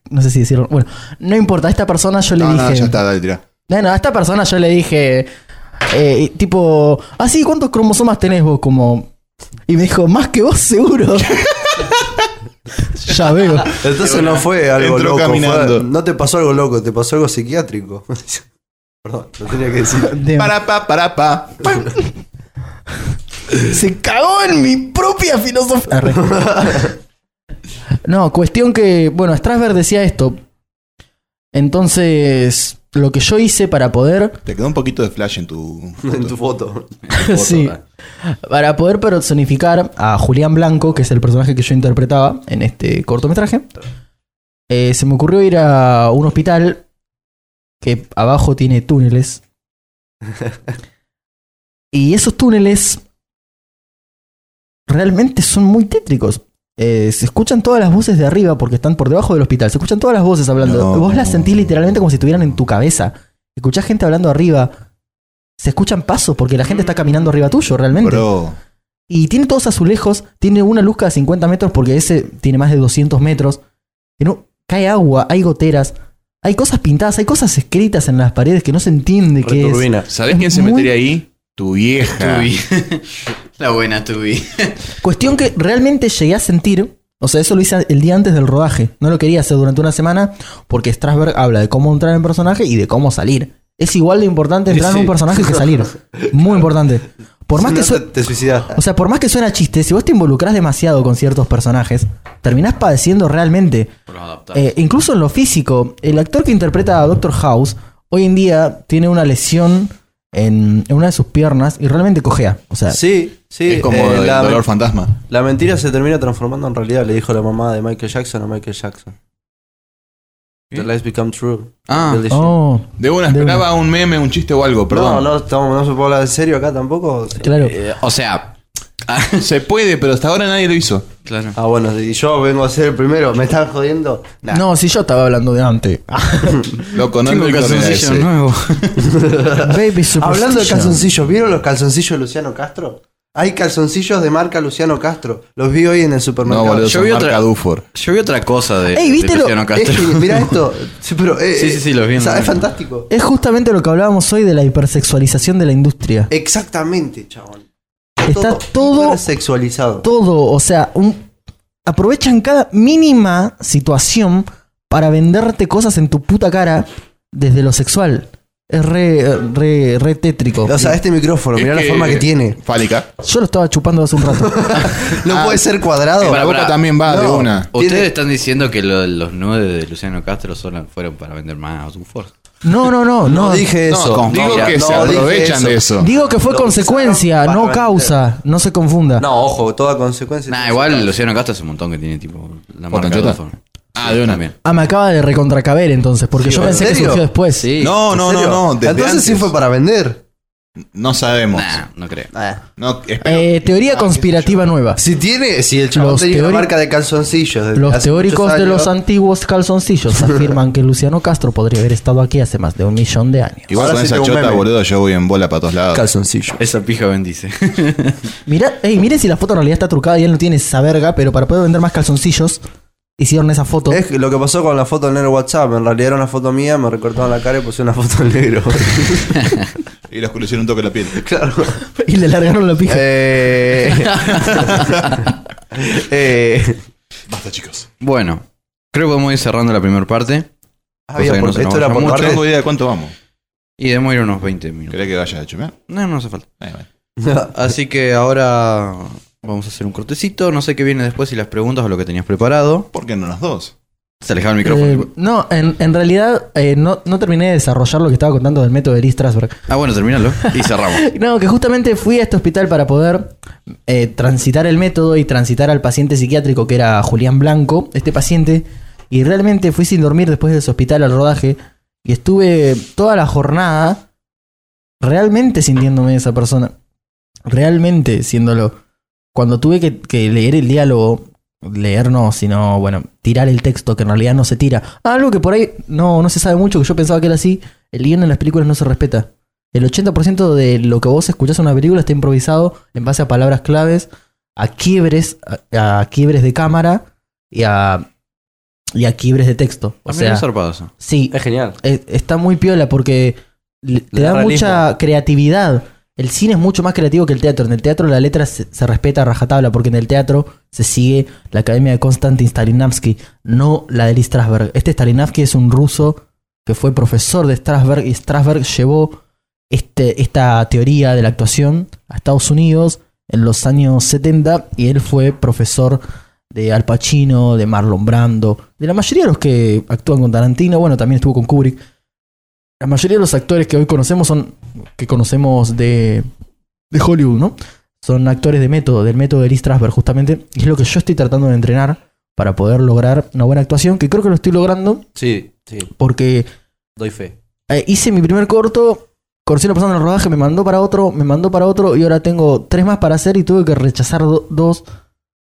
Speaker 4: no sé si decirlo. Bueno, no importa, a esta persona yo le
Speaker 3: No,
Speaker 4: dije...
Speaker 3: no, ya está, dale, tirá.
Speaker 4: Bueno, a esta persona yo le dije, eh, tipo, así, ¿cuántos cromosomas tenés vos? Como. Y me dijo, más que vos, seguro. ya veo.
Speaker 6: Entonces no fue algo
Speaker 3: Entró
Speaker 6: loco. fue-
Speaker 3: caminando.
Speaker 6: no te pasó algo loco, te pasó algo psiquiátrico. Perdón, lo tenía que decir.
Speaker 4: Damn.
Speaker 3: Para pa, para pa.
Speaker 4: Se cagó en mi propia filosofía. Arre. No, cuestión que, bueno, Strasberg decía esto. Entonces, lo que yo hice para poder,
Speaker 3: Te quedó un poquito de flash en tu.
Speaker 6: en tu foto.
Speaker 4: sí, para poder personificar a Julián Blanco, que es el personaje que yo interpretaba en este cortometraje, eh, se me ocurrió ir a un hospital que abajo tiene túneles. y esos túneles realmente son muy tétricos. Eh, se escuchan todas las voces de arriba porque están por debajo del hospital. Se escuchan todas las voces hablando.
Speaker 3: No.
Speaker 4: Vos las sentís literalmente como si estuvieran en tu cabeza. Escuchás gente hablando arriba. Se escuchan pasos porque la gente está caminando arriba tuyo realmente.
Speaker 3: Mm. Bro.
Speaker 4: Y tiene todos azulejos, tiene una luz cada 50 metros porque ese tiene más de 200 metros. Que no, cae agua, hay goteras, hay cosas pintadas, hay cosas escritas en las paredes que no se entiende qué es.
Speaker 6: Returbina.
Speaker 3: ¿Sabés
Speaker 4: Es
Speaker 3: quién se
Speaker 4: muy-
Speaker 3: metería ahí? Tu vieja.
Speaker 7: Tubi. La buena Tubi.
Speaker 4: Cuestión que realmente llegué a sentir, o sea, eso lo hice el día antes del rodaje. No lo quería hacer durante una semana porque Strasberg habla de cómo entrar en personaje y de cómo salir. Es igual de importante entrar en
Speaker 7: Sí.
Speaker 4: un personaje que salir. Muy importante. Por más
Speaker 6: Si
Speaker 4: que
Speaker 6: no,
Speaker 4: sue-
Speaker 6: te- te suicidas.
Speaker 4: O sea, por más que suena chiste, si vos te involucrás demasiado con ciertos personajes, terminás padeciendo realmente.
Speaker 7: Por los adaptados.
Speaker 4: Eh, incluso en lo físico, el actor que interpreta a Doctor House hoy en día tiene una lesión en, en una de sus piernas y realmente cojea. O sea,
Speaker 6: Sí, sí.
Speaker 3: Es como
Speaker 6: eh,
Speaker 3: el
Speaker 6: la,
Speaker 3: dolor fantasma.
Speaker 6: la mentira se termina transformando en realidad, le dijo la mamá de Michael Jackson a Michael Jackson.
Speaker 7: ¿Qué?
Speaker 6: The lies become true.
Speaker 7: Ah,
Speaker 6: Billie Jean.
Speaker 4: oh,
Speaker 3: De una,
Speaker 4: De
Speaker 3: esperaba un meme, un chiste o algo,
Speaker 6: No,
Speaker 3: perdón.
Speaker 6: no, estamos, no se puede hablar en serio acá tampoco. O sea,
Speaker 4: claro.
Speaker 7: Eh, o sea,
Speaker 3: Se puede, pero hasta ahora nadie lo hizo.
Speaker 7: claro.
Speaker 6: Ah, bueno, y yo vengo a ser el primero. ¿Me están jodiendo? Nah.
Speaker 4: No, si yo estaba hablando de antes. Ah,
Speaker 3: Loco, no
Speaker 7: Tengo
Speaker 3: lo
Speaker 7: calzoncillo nuevo.
Speaker 4: Baby
Speaker 6: Hablando de
Speaker 4: Superstition.
Speaker 6: calzoncillos, ¿vieron los calzoncillos de Luciano Castro? Hay calzoncillos de marca Luciano Castro. Los vi hoy en el
Speaker 3: No,
Speaker 6: supermercado.
Speaker 3: boludo,
Speaker 7: Yo
Speaker 3: yo
Speaker 7: vi
Speaker 3: vi
Speaker 7: otra-
Speaker 3: marca Dufour.
Speaker 7: Yo vi otra cosa de,
Speaker 4: Ey,
Speaker 7: de
Speaker 4: ¿viste lo-
Speaker 7: Luciano Castro.
Speaker 6: mira esto. Sí, pero, eh,
Speaker 7: Sí, sí, sí, los vi en
Speaker 6: o sea,
Speaker 7: la-
Speaker 6: es fantástico.
Speaker 4: Es justamente lo que hablábamos hoy de la hipersexualización de la industria.
Speaker 6: Exactamente, chabón. Eh,
Speaker 4: Está todo
Speaker 6: sexualizado.
Speaker 4: todo, o sea, un- aprovechan cada mínima situación para venderte cosas en tu puta cara desde lo sexual. Es re, re, re tétrico.
Speaker 6: O sea, este micrófono,
Speaker 3: Es
Speaker 6: mirá la
Speaker 3: que-
Speaker 6: forma que tiene.
Speaker 3: Fálica.
Speaker 4: Yo lo estaba chupando hace un rato.
Speaker 6: No
Speaker 3: Ah,
Speaker 6: puede ser cuadrado.
Speaker 3: La boca
Speaker 7: pará.
Speaker 3: también va de
Speaker 6: No.
Speaker 3: una.
Speaker 7: Ustedes
Speaker 6: Tiene-
Speaker 7: están diciendo que lo- los nudes de Luciano Castro solo fueron para vender más Dufour.
Speaker 4: No, no, no, no.
Speaker 6: No dije eso.
Speaker 3: No, digo
Speaker 7: mira,
Speaker 3: que
Speaker 6: no,
Speaker 3: se
Speaker 6: dije
Speaker 3: aprovechan
Speaker 6: eso.
Speaker 3: de eso.
Speaker 4: Digo que fue
Speaker 6: Lo
Speaker 4: consecuencia,
Speaker 6: usaron
Speaker 4: no
Speaker 6: para
Speaker 4: causa. No se confunda.
Speaker 6: No, ojo, toda consecuencia.
Speaker 7: Nah,
Speaker 6: tiene
Speaker 7: igual
Speaker 6: sentido.
Speaker 7: Luciano Castro es un montón que tiene tipo la
Speaker 3: ¿Por
Speaker 7: marca
Speaker 3: canchota?
Speaker 7: Dufour.
Speaker 3: Ah, de una.
Speaker 7: También.
Speaker 4: Ah, me acaba de recontracaber entonces, porque
Speaker 6: Sí,
Speaker 4: yo
Speaker 6: ¿en
Speaker 4: pensé que
Speaker 6: serio?
Speaker 4: surgió después.
Speaker 7: Sí.
Speaker 3: No,
Speaker 6: ¿En
Speaker 3: no, no,
Speaker 6: serio?
Speaker 3: no. desde
Speaker 6: Entonces sí
Speaker 3: antes.
Speaker 6: fue para vender.
Speaker 3: No sabemos.
Speaker 7: Nah, no creo.
Speaker 3: No, espero-
Speaker 4: Eh, teoría
Speaker 3: Ah,
Speaker 4: conspirativa nueva.
Speaker 6: Si tiene, si el chabón
Speaker 4: Los
Speaker 6: tenía una
Speaker 4: teórico-
Speaker 6: marca de calzoncillos. desde
Speaker 4: Los
Speaker 6: hace
Speaker 4: teóricos
Speaker 6: muchos
Speaker 4: de los
Speaker 6: años,
Speaker 4: antiguos calzoncillos afirman que Luciano Castro podría haber estado aquí hace más de un millón de años.
Speaker 3: Igual
Speaker 6: Ahora
Speaker 3: con
Speaker 6: sí
Speaker 3: esa
Speaker 6: tengo un
Speaker 3: chota,
Speaker 6: meme.
Speaker 3: boludo, yo voy en bola para todos
Speaker 6: Ah.
Speaker 3: lados.
Speaker 6: Calzoncillos.
Speaker 7: Esa pija bendice.
Speaker 4: Mirá, ey, miren si la foto en realidad está trucada y él no tiene esa verga, pero para poder vender más calzoncillos, hicieron esa foto.
Speaker 6: Es lo que pasó con la foto del negro WhatsApp. En realidad era una foto mía, me recortaron la cara y puse una foto del negro.
Speaker 3: Y los crucieron un toque la piel.
Speaker 6: claro.
Speaker 4: Y le largaron la pija.
Speaker 6: Eh... eh...
Speaker 3: Basta, chicos.
Speaker 7: bueno, creo que podemos ir cerrando la primera parte.
Speaker 6: había
Speaker 7: Cosa que
Speaker 6: por-
Speaker 7: no se nos
Speaker 6: Esto era
Speaker 7: vaya
Speaker 6: por
Speaker 7: mucho.
Speaker 3: Yo
Speaker 6: parte.
Speaker 3: no tengo idea de cuánto vamos.
Speaker 7: Y debemos ir unos 20 minutos.
Speaker 3: ¿Querés que vaya a chumear?
Speaker 7: No, no hace falta.
Speaker 3: Ahí va.
Speaker 7: Así que ahora vamos a hacer un cortecito. No sé qué viene después, si las preguntas o lo que tenías preparado.
Speaker 3: ¿Por qué no los dos?
Speaker 7: Se alejaba el micrófono.
Speaker 4: Eh, no, en, en realidad eh, no, no terminé de desarrollar lo que estaba contando del método de Lee Strasberg.
Speaker 7: Ah, bueno, terminalo. Y cerramos.
Speaker 4: No, que justamente fui a este hospital para poder eh, transitar el método y transitar al paciente psiquiátrico que era Julián Blanco, este paciente, y realmente fui sin dormir después de ese hospital al rodaje y estuve toda la jornada realmente sintiéndome esa persona, realmente siéndolo. Cuando tuve que, que leer el diálogo, leer no, sino, bueno, tirar el texto que en realidad no se tira, algo que por ahí no, no se sabe mucho, que yo pensaba que era así, el guión en las películas no se respeta. El 80% de lo que vos escuchás en una película está improvisado en base a palabras claves, a quiebres, a, a quiebres de cámara y a, y a quiebres de texto. O
Speaker 7: O sea,
Speaker 4: sea,
Speaker 7: zarpado eso.
Speaker 4: sí,
Speaker 6: Es genial.
Speaker 4: eh, está muy piola porque le- te
Speaker 6: Le
Speaker 4: da
Speaker 6: da realismo.
Speaker 4: mucha creatividad. El cine es mucho más creativo que el teatro. En el teatro la letra se, se respeta a rajatabla porque en el teatro se sigue la academia de Konstantin Stalinavsky, no la de Lee Strasberg. Este Stalinavsky es un ruso que fue profesor de Strasberg y Strasberg llevó este, esta teoría de la actuación a Estados Unidos en los años 70 y él fue profesor de Al Pacino, de Marlon Brando, de la mayoría de los que actúan con Tarantino, bueno, también estuvo con Kubrick. la mayoría de los actores que hoy conocemos son que conocemos de, de Hollywood, ¿no? Son actores de método, del método de Lee Strasberg, justamente. Y es lo que yo estoy tratando de entrenar para poder lograr una buena actuación, que creo que lo estoy logrando
Speaker 7: Sí,
Speaker 6: Sí,
Speaker 4: porque
Speaker 6: doy fe.
Speaker 4: eh, hice mi primer corto, conocí a una persona en el rodaje, me mandó para otro, me mandó para otro y ahora tengo tres más para hacer y tuve que rechazar do- dos.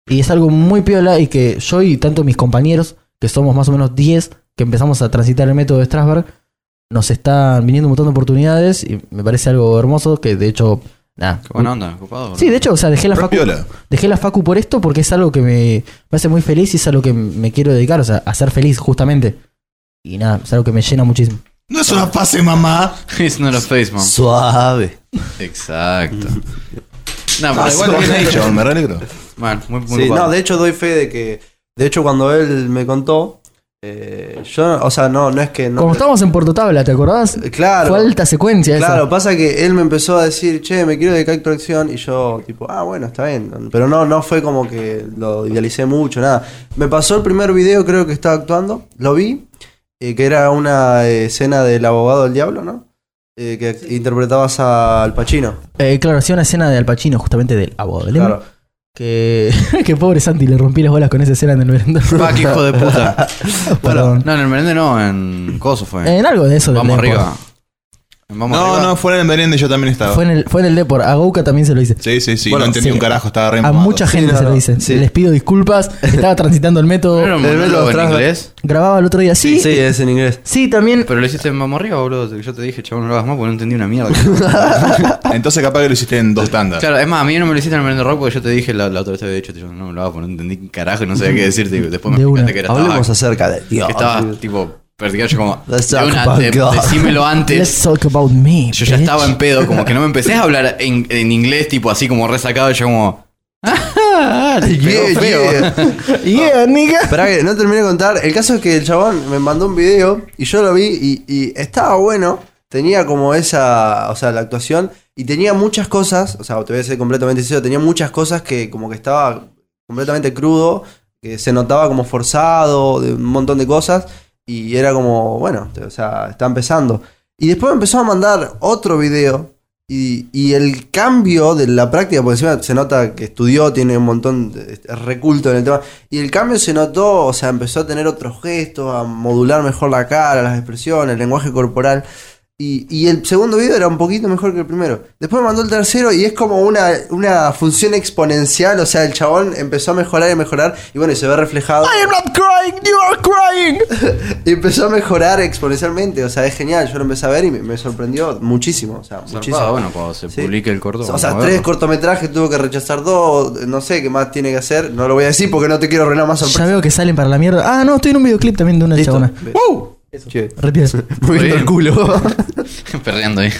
Speaker 4: Y es algo muy piola y que yo y tanto mis compañeros, que somos más o menos 10, que empezamos a transitar el método de Strasberg, nos están viniendo un montón de oportunidades y me parece algo hermoso que de hecho... Nada.
Speaker 7: qué buena onda, copado. boludo.
Speaker 4: Sí, de hecho, o sea, dejé la
Speaker 3: Pero
Speaker 4: facu,
Speaker 3: piola.
Speaker 4: dejé la facu por esto porque es algo que me, me hace muy feliz y es algo que me quiero dedicar, o sea, a ser feliz justamente. Y nada, es algo que me llena muchísimo.
Speaker 3: No es una pase, mamá.
Speaker 7: It's not a face, mom.
Speaker 6: Suave.
Speaker 7: Exacto. no, pero
Speaker 3: Ah, igual
Speaker 7: igual
Speaker 3: bien ahí, chabón, me re alegro.
Speaker 7: Man, muy, muy
Speaker 6: Sí,
Speaker 7: copado.
Speaker 6: no, de hecho doy fe de que. De hecho, cuando él me contó, eh, yo, o sea, no, no es que no. Eh,
Speaker 4: Como estábamos en Puerto Tabla, ¿te acordás?
Speaker 6: Claro.
Speaker 4: Fue alta secuencia esa.
Speaker 6: Claro, pasa que él me empezó a decir, che, me quiero dedicar a actuación, y yo, tipo, ah, bueno, está bien. Pero no, no fue como que lo idealicé mucho, nada. Me pasó el primer video, creo que estaba actuando, lo vi, eh, que era una eh, escena del abogado del diablo, ¿no? Eh, que interpretabas a- al Pacino.
Speaker 4: Eh, claro, hacía una escena de Al Pacino, justamente del abogado del Lema,
Speaker 6: Claro.
Speaker 4: Que, que pobre Santi, le rompí las bolas con esa escena en el verano.
Speaker 7: Pa, qué hijo de puta.
Speaker 4: Perdón.
Speaker 7: No, en el merende no, en Coso fue.
Speaker 6: Eh,
Speaker 4: en algo de eso del
Speaker 7: Vamos
Speaker 4: Depor.
Speaker 7: arriba. En Vamos
Speaker 3: No,
Speaker 7: arriba.
Speaker 3: no, fuera del meriende yo también estaba.
Speaker 4: Fue en, el, fue en el Depor. A Gouka también se lo hice.
Speaker 3: Sí, sí, sí.
Speaker 4: Bueno,
Speaker 3: no entendí
Speaker 4: sí.
Speaker 3: un carajo, estaba re
Speaker 4: A
Speaker 3: mamado.
Speaker 4: mucha gente
Speaker 6: no,
Speaker 4: se lo
Speaker 6: no,
Speaker 4: hice.
Speaker 6: sí.
Speaker 4: Les pido disculpas. Estaba transitando el método.
Speaker 7: ¿No era un
Speaker 6: El
Speaker 7: monólogo
Speaker 6: Velo
Speaker 7: en
Speaker 6: Strasberg.
Speaker 7: inglés?
Speaker 4: Grababa el otro día.
Speaker 6: Sí,
Speaker 4: Sí, sí,
Speaker 6: es en inglés.
Speaker 4: también.
Speaker 7: Pero lo hiciste en Vamos Arriba, boludo. Yo te dije, chabón, no lo hagas más porque no entendí una mierda.
Speaker 3: Entonces capaz que lo hiciste en dos tandas.
Speaker 7: claro, es más, a mí no me lo hiciste en el merende rock porque yo te dije la, la otra vez, te había dicho, yo no me lo hagas porque no entendí un carajo y no sabía qué decirte. Y Después me
Speaker 4: De
Speaker 7: explicaste
Speaker 4: una.
Speaker 7: que era
Speaker 6: Hablemos
Speaker 7: tabaco.
Speaker 6: acerca de Dios.
Speaker 7: Que estabas, tipo, perdido. Yo como,
Speaker 6: Let's
Speaker 7: de
Speaker 6: talk
Speaker 7: una,
Speaker 6: about
Speaker 7: de-
Speaker 6: God.
Speaker 7: decímelo antes.
Speaker 4: Let's talk about me.
Speaker 7: Yo ya
Speaker 4: bitch.
Speaker 7: estaba en pedo, como que no me empecé a hablar en, en inglés, tipo así como resacado. y Yo como, ah, te pegó
Speaker 6: Yeah,
Speaker 7: feo.
Speaker 6: yeah.
Speaker 4: Yeah, nigga.
Speaker 6: Esperá que no terminé de contar. El caso es que el chabón me mandó un video y yo lo vi y, y estaba bueno. Tenía como esa, o sea, la actuación y tenía muchas cosas, o sea, te voy a ser completamente sincero, tenía muchas cosas que como que estaba completamente crudo, que se notaba como forzado, de un montón de cosas y era como, bueno, o sea, está empezando. Y después me empezó a mandar otro video y, y el cambio de la práctica, porque encima se nota que estudió, tiene un montón de este, es reculto en el tema. Y el cambio se notó, o sea, empezó a tener otros gestos, a modular mejor la cara, las expresiones, el lenguaje corporal. Y, y el segundo video era un poquito mejor que el primero. Después me mandó el tercero y es como una, una función exponencial. O sea, el chabón empezó a mejorar y mejorar. Y bueno, y se ve reflejado.
Speaker 4: I am not crying, you are crying.
Speaker 6: Y empezó a mejorar exponencialmente. O sea, es genial. Yo lo empecé a ver y me, me sorprendió muchísimo. O sea,
Speaker 7: Zarpado,
Speaker 6: muchísimo.
Speaker 7: Ah, bueno, cuando se
Speaker 6: Sí.
Speaker 7: publique el corto.
Speaker 6: O
Speaker 7: vamos a
Speaker 6: sea,
Speaker 7: verlo.
Speaker 6: tres cortometrajes, tuvo que rechazar dos, no sé qué más tiene que hacer, no lo voy a decir porque no te quiero arruinar más
Speaker 4: Ya
Speaker 6: sorpresas.
Speaker 4: veo que salen para la mierda. Ah, no, estoy en un videoclip también de una
Speaker 6: Listo.
Speaker 4: chabona.
Speaker 6: ¡Wow! Che,
Speaker 4: Repito.
Speaker 6: moviendo
Speaker 7: bien.
Speaker 6: el culo.
Speaker 7: Perreando ahí.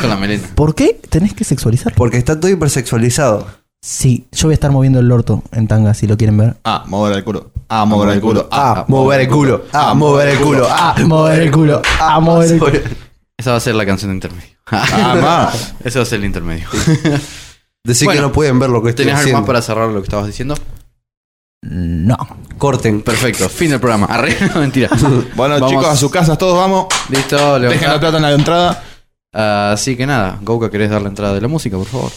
Speaker 7: Con la melena.
Speaker 4: ¿Por qué tenés que sexualizar?
Speaker 6: Porque está todo hipersexualizado.
Speaker 4: Sí, yo voy a estar moviendo el orto en tanga si lo quieren ver.
Speaker 3: Ah, mover el culo. Ah, mover el culo.
Speaker 6: Ah, mover el culo. Ah, mover el culo. Ah,
Speaker 4: mover el culo. A mover el culo.
Speaker 7: Esa va a ser la canción de intermedio.
Speaker 3: Ah, más.
Speaker 7: Ese va a ser el intermedio.
Speaker 6: Decir
Speaker 7: Bueno,
Speaker 6: que no pueden ver lo que estoy
Speaker 7: ¿Tenías algo
Speaker 6: haciendo.
Speaker 7: más para cerrar lo que estabas diciendo?
Speaker 4: No.
Speaker 6: Corten.
Speaker 7: Perfecto. Fin del programa. Arre, no, mentira.
Speaker 3: Bueno,
Speaker 7: Vamos. Ah.
Speaker 3: chicos, a sus casas todos vamos.
Speaker 7: Listo,
Speaker 3: Dejen la
Speaker 7: levantá.
Speaker 3: plata en la entrada.
Speaker 7: Así que nada, Gouka, ¿querés dar la entrada de la música, por favor?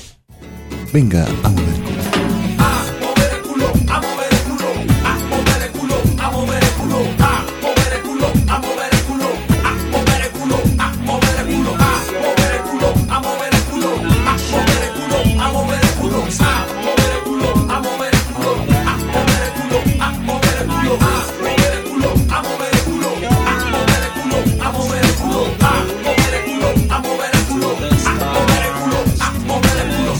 Speaker 3: Venga, a mover el culo.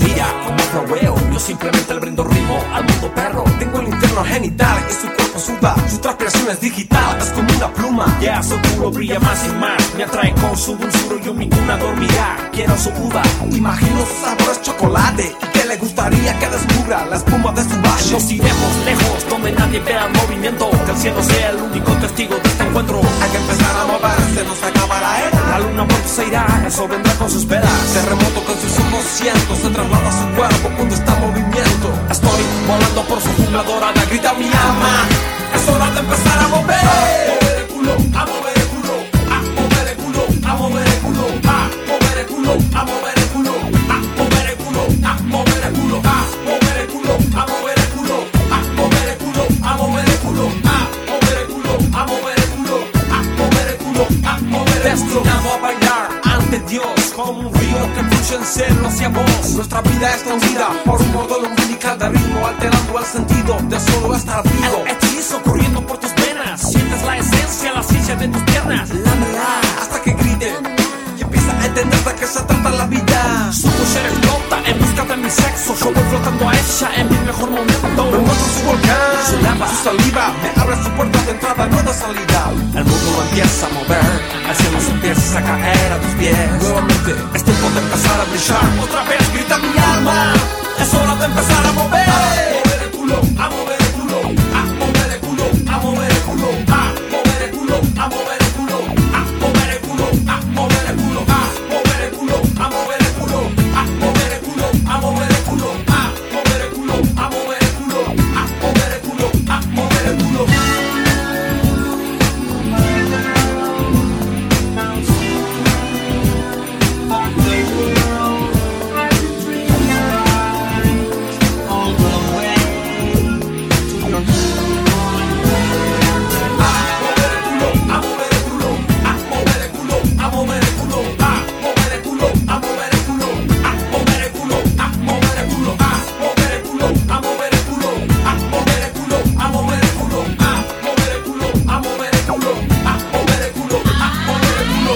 Speaker 8: Mira cómo floreo, yo simplemente le brindo ritmo al mundo perro. Tengo el interno genital y su cuerpo suda. Su transpiración es digital, es como una pluma. Ya su duro brilla más y más. Me atrae con su dulzura y yo en ninguna dormirá. Quiero su uva, imagino su sabor es chocolate. ¿Y que le gustaría que descubra la espuma de su vaso? Nos iremos lejos, donde nadie vea el movimiento. Que el cielo sea el único testigo de este encuentro. Hay que empezar a moverse, no se acaba la era. La luna pronto se irá, el sol vendrá con sus velas. Terremoto con sus ojos cientos, se traslada a su cuerpo cuando está en movimiento. Estoy volando por su jungla dorada, grita mi alma. Es hora de empezar a mover. A mover el culo, a mover el culo, a mover el culo, a hacerlo hacia vos. Nuestra vida es escondida por un bordón umbilical de ritmo, alterando el sentido de solo estar vivo. El hechizo corriendo por tus venas, sientes la esencia, la ciencia de tus piernas. Lámela hasta que grite y empieza a entender de qué se trata la vida. Su ser explota en busca de mi sexo. Yo voy flotando a ella en mi mejor momento. Me encuentro en su volcán, su lava, su saliva. Me abre su puerta de entrada, no de salida. El mundo empieza a mover, el cielo se empieza a caer a tus pies. Nuevamente es tiempo de empezar a brillar. Otra vez grita mi alma, es hora de empezar a mover. A mover el culo, a mover el culo, a mover el culo, a mover el culo, a mover el culo, a mover el culo, a mover el culo, a mover el culo, a mover el culo, a mover el culo, a mover el culo, a mover el culo, a mover el culo, a mover el culo, a mover el culo, a mover el culo. A mover el culo, a mover el culo, a mover el culo, a mover el culo, a mover el culo, a mover el culo, a mover el culo, a mover el culo, a mover el culo, a mover el culo, a mover el culo, a mover el culo, a mover el culo, a mover el culo, a mover el culo.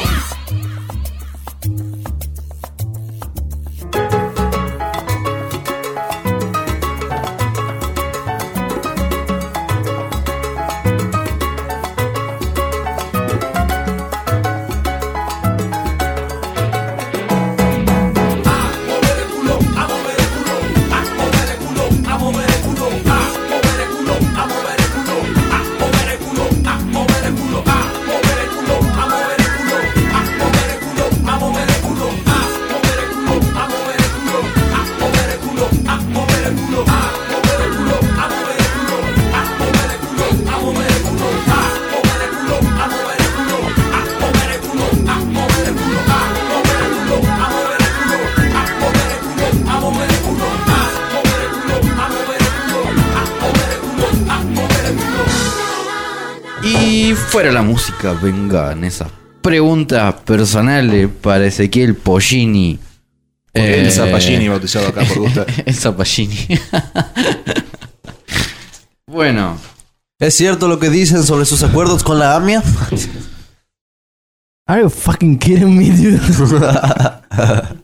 Speaker 7: Y fuera la música, vengan esas preguntas personales eh, para Ezequiel Pollini.
Speaker 3: Porque El
Speaker 7: Eh,
Speaker 3: Zapallini bautizado acá por gusto.
Speaker 7: El Zapallini. bueno,
Speaker 6: ¿Es cierto lo que dicen sobre sus acuerdos con la AMIA?
Speaker 4: Are you fucking kidding me, dude?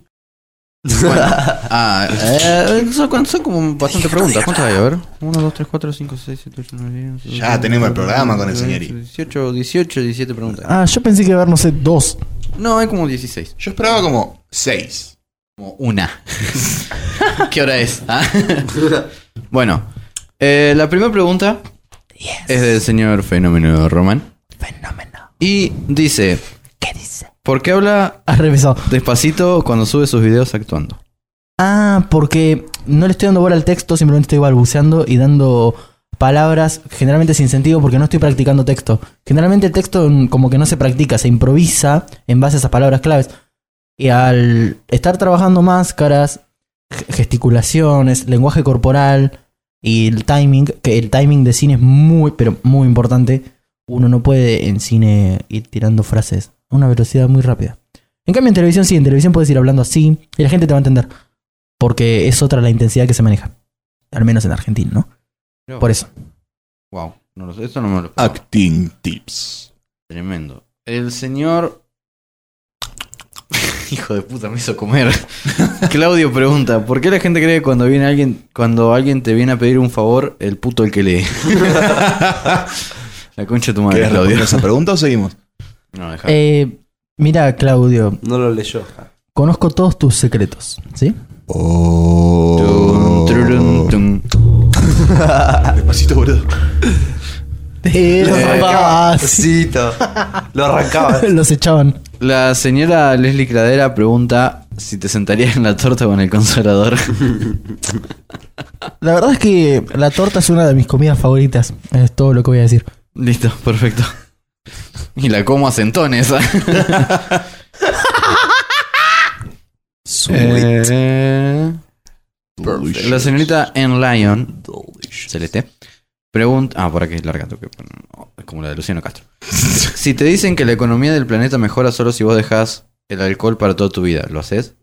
Speaker 7: ah, eh, son, cu- son como bastante preguntas. ¿Cuántas hay? A ver. 1, 2, 3, 4, 5, 6, 7, 8, 9, 10.
Speaker 3: Ya tenemos el programa con el señorito.
Speaker 7: 18, 18, 17 preguntas.
Speaker 4: Ah, yo pensé que iba a haber, no sé, dos.
Speaker 7: No, hay como 16.
Speaker 3: Yo esperaba como seis.
Speaker 7: Como una. ¿Qué hora es? Ah. bueno, eh, la primera pregunta es del señor Fenómeno Román.
Speaker 4: Fenómeno.
Speaker 7: Y dice,
Speaker 4: ¿Qué dice?
Speaker 7: ¿por qué habla
Speaker 4: Has revisado.
Speaker 7: despacito cuando sube sus videos actuando?
Speaker 4: Ah, porque no le estoy dando bola al texto, simplemente estoy balbuceando y dando palabras generalmente sin sentido porque no estoy practicando texto. Generalmente el texto mm, como que no se practica, se improvisa en base a esas palabras claves. Y al estar trabajando máscaras, ge- gesticulaciones, lenguaje corporal y el timing, que el timing de cine es muy, pero muy importante, uno no puede en cine ir tirando frases a una velocidad muy rápida. En cambio en televisión sí, en televisión puedes ir hablando así y la gente te va a entender porque es otra la intensidad que se maneja. Al menos en Argentina, ¿no? Por eso.
Speaker 7: Wow, no lo sé, esto no me lo esperaba.
Speaker 3: Acting tips.
Speaker 7: Tremendo. El señor... Hijo de puta, me hizo comer. Claudio pregunta, ¿por qué la gente cree que cuando viene alguien, cuando alguien te viene a pedir un favor, el puto el que lee? la concha de tu madre,
Speaker 3: ¿Querés
Speaker 7: Claudio.
Speaker 3: responder esa pregunta o seguimos?
Speaker 7: No, deja.
Speaker 4: Eh, mira, Claudio,
Speaker 6: No lo leyó.
Speaker 4: conozco todos tus secretos, ¿sí?
Speaker 7: Tum,
Speaker 3: Oh.
Speaker 7: turum, tum.
Speaker 3: Despacito, boludo.
Speaker 4: Eh,
Speaker 6: Lo arrancaba.
Speaker 4: Los,
Speaker 6: Cito. Lo arrancaba.
Speaker 4: Ah, los echaban.
Speaker 7: La señora Leslie Cradera pregunta si te sentarías en la torta o en el consolador.
Speaker 4: La verdad es que la torta es una de mis comidas favoritas. Es todo lo que voy a decir.
Speaker 7: Listo, perfecto. Y la como a centones. ¿ah? Eh, la señorita en Lion Celeste pregunta. Ah, por aquí es larga, tengo que poner- no, es como la de Luciano Castro. si te dicen que la economía del planeta mejora solo si vos dejas el alcohol para toda tu vida, ¿lo haces?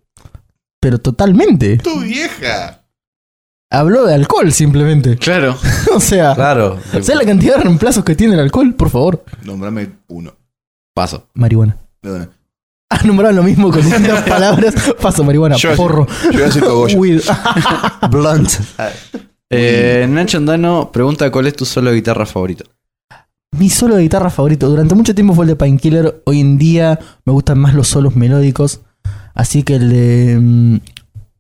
Speaker 4: pero totalmente.
Speaker 3: ¡Tu vieja!
Speaker 4: Habló de alcohol simplemente.
Speaker 7: Claro.
Speaker 4: o sea,
Speaker 6: Claro.
Speaker 4: ¿sabes la cantidad de reemplazos que tiene el alcohol? Por favor.
Speaker 3: Nombrame uno.
Speaker 7: Paso.
Speaker 4: Marihuana.
Speaker 3: De una.
Speaker 4: Ah, nombrado lo mismo con distintas palabras. Paso, marihuana,
Speaker 3: Yo-
Speaker 4: porro,
Speaker 3: Yo voy a decir cogollo.
Speaker 4: weed.
Speaker 6: Blunt.
Speaker 7: Eh, Nacho Andano pregunta cuál es tu solo de guitarra favorito.
Speaker 4: Mi solo de guitarra favorito durante mucho tiempo fue el de Painkiller. Hoy en día me gustan más los solos melódicos. Así que el de mm,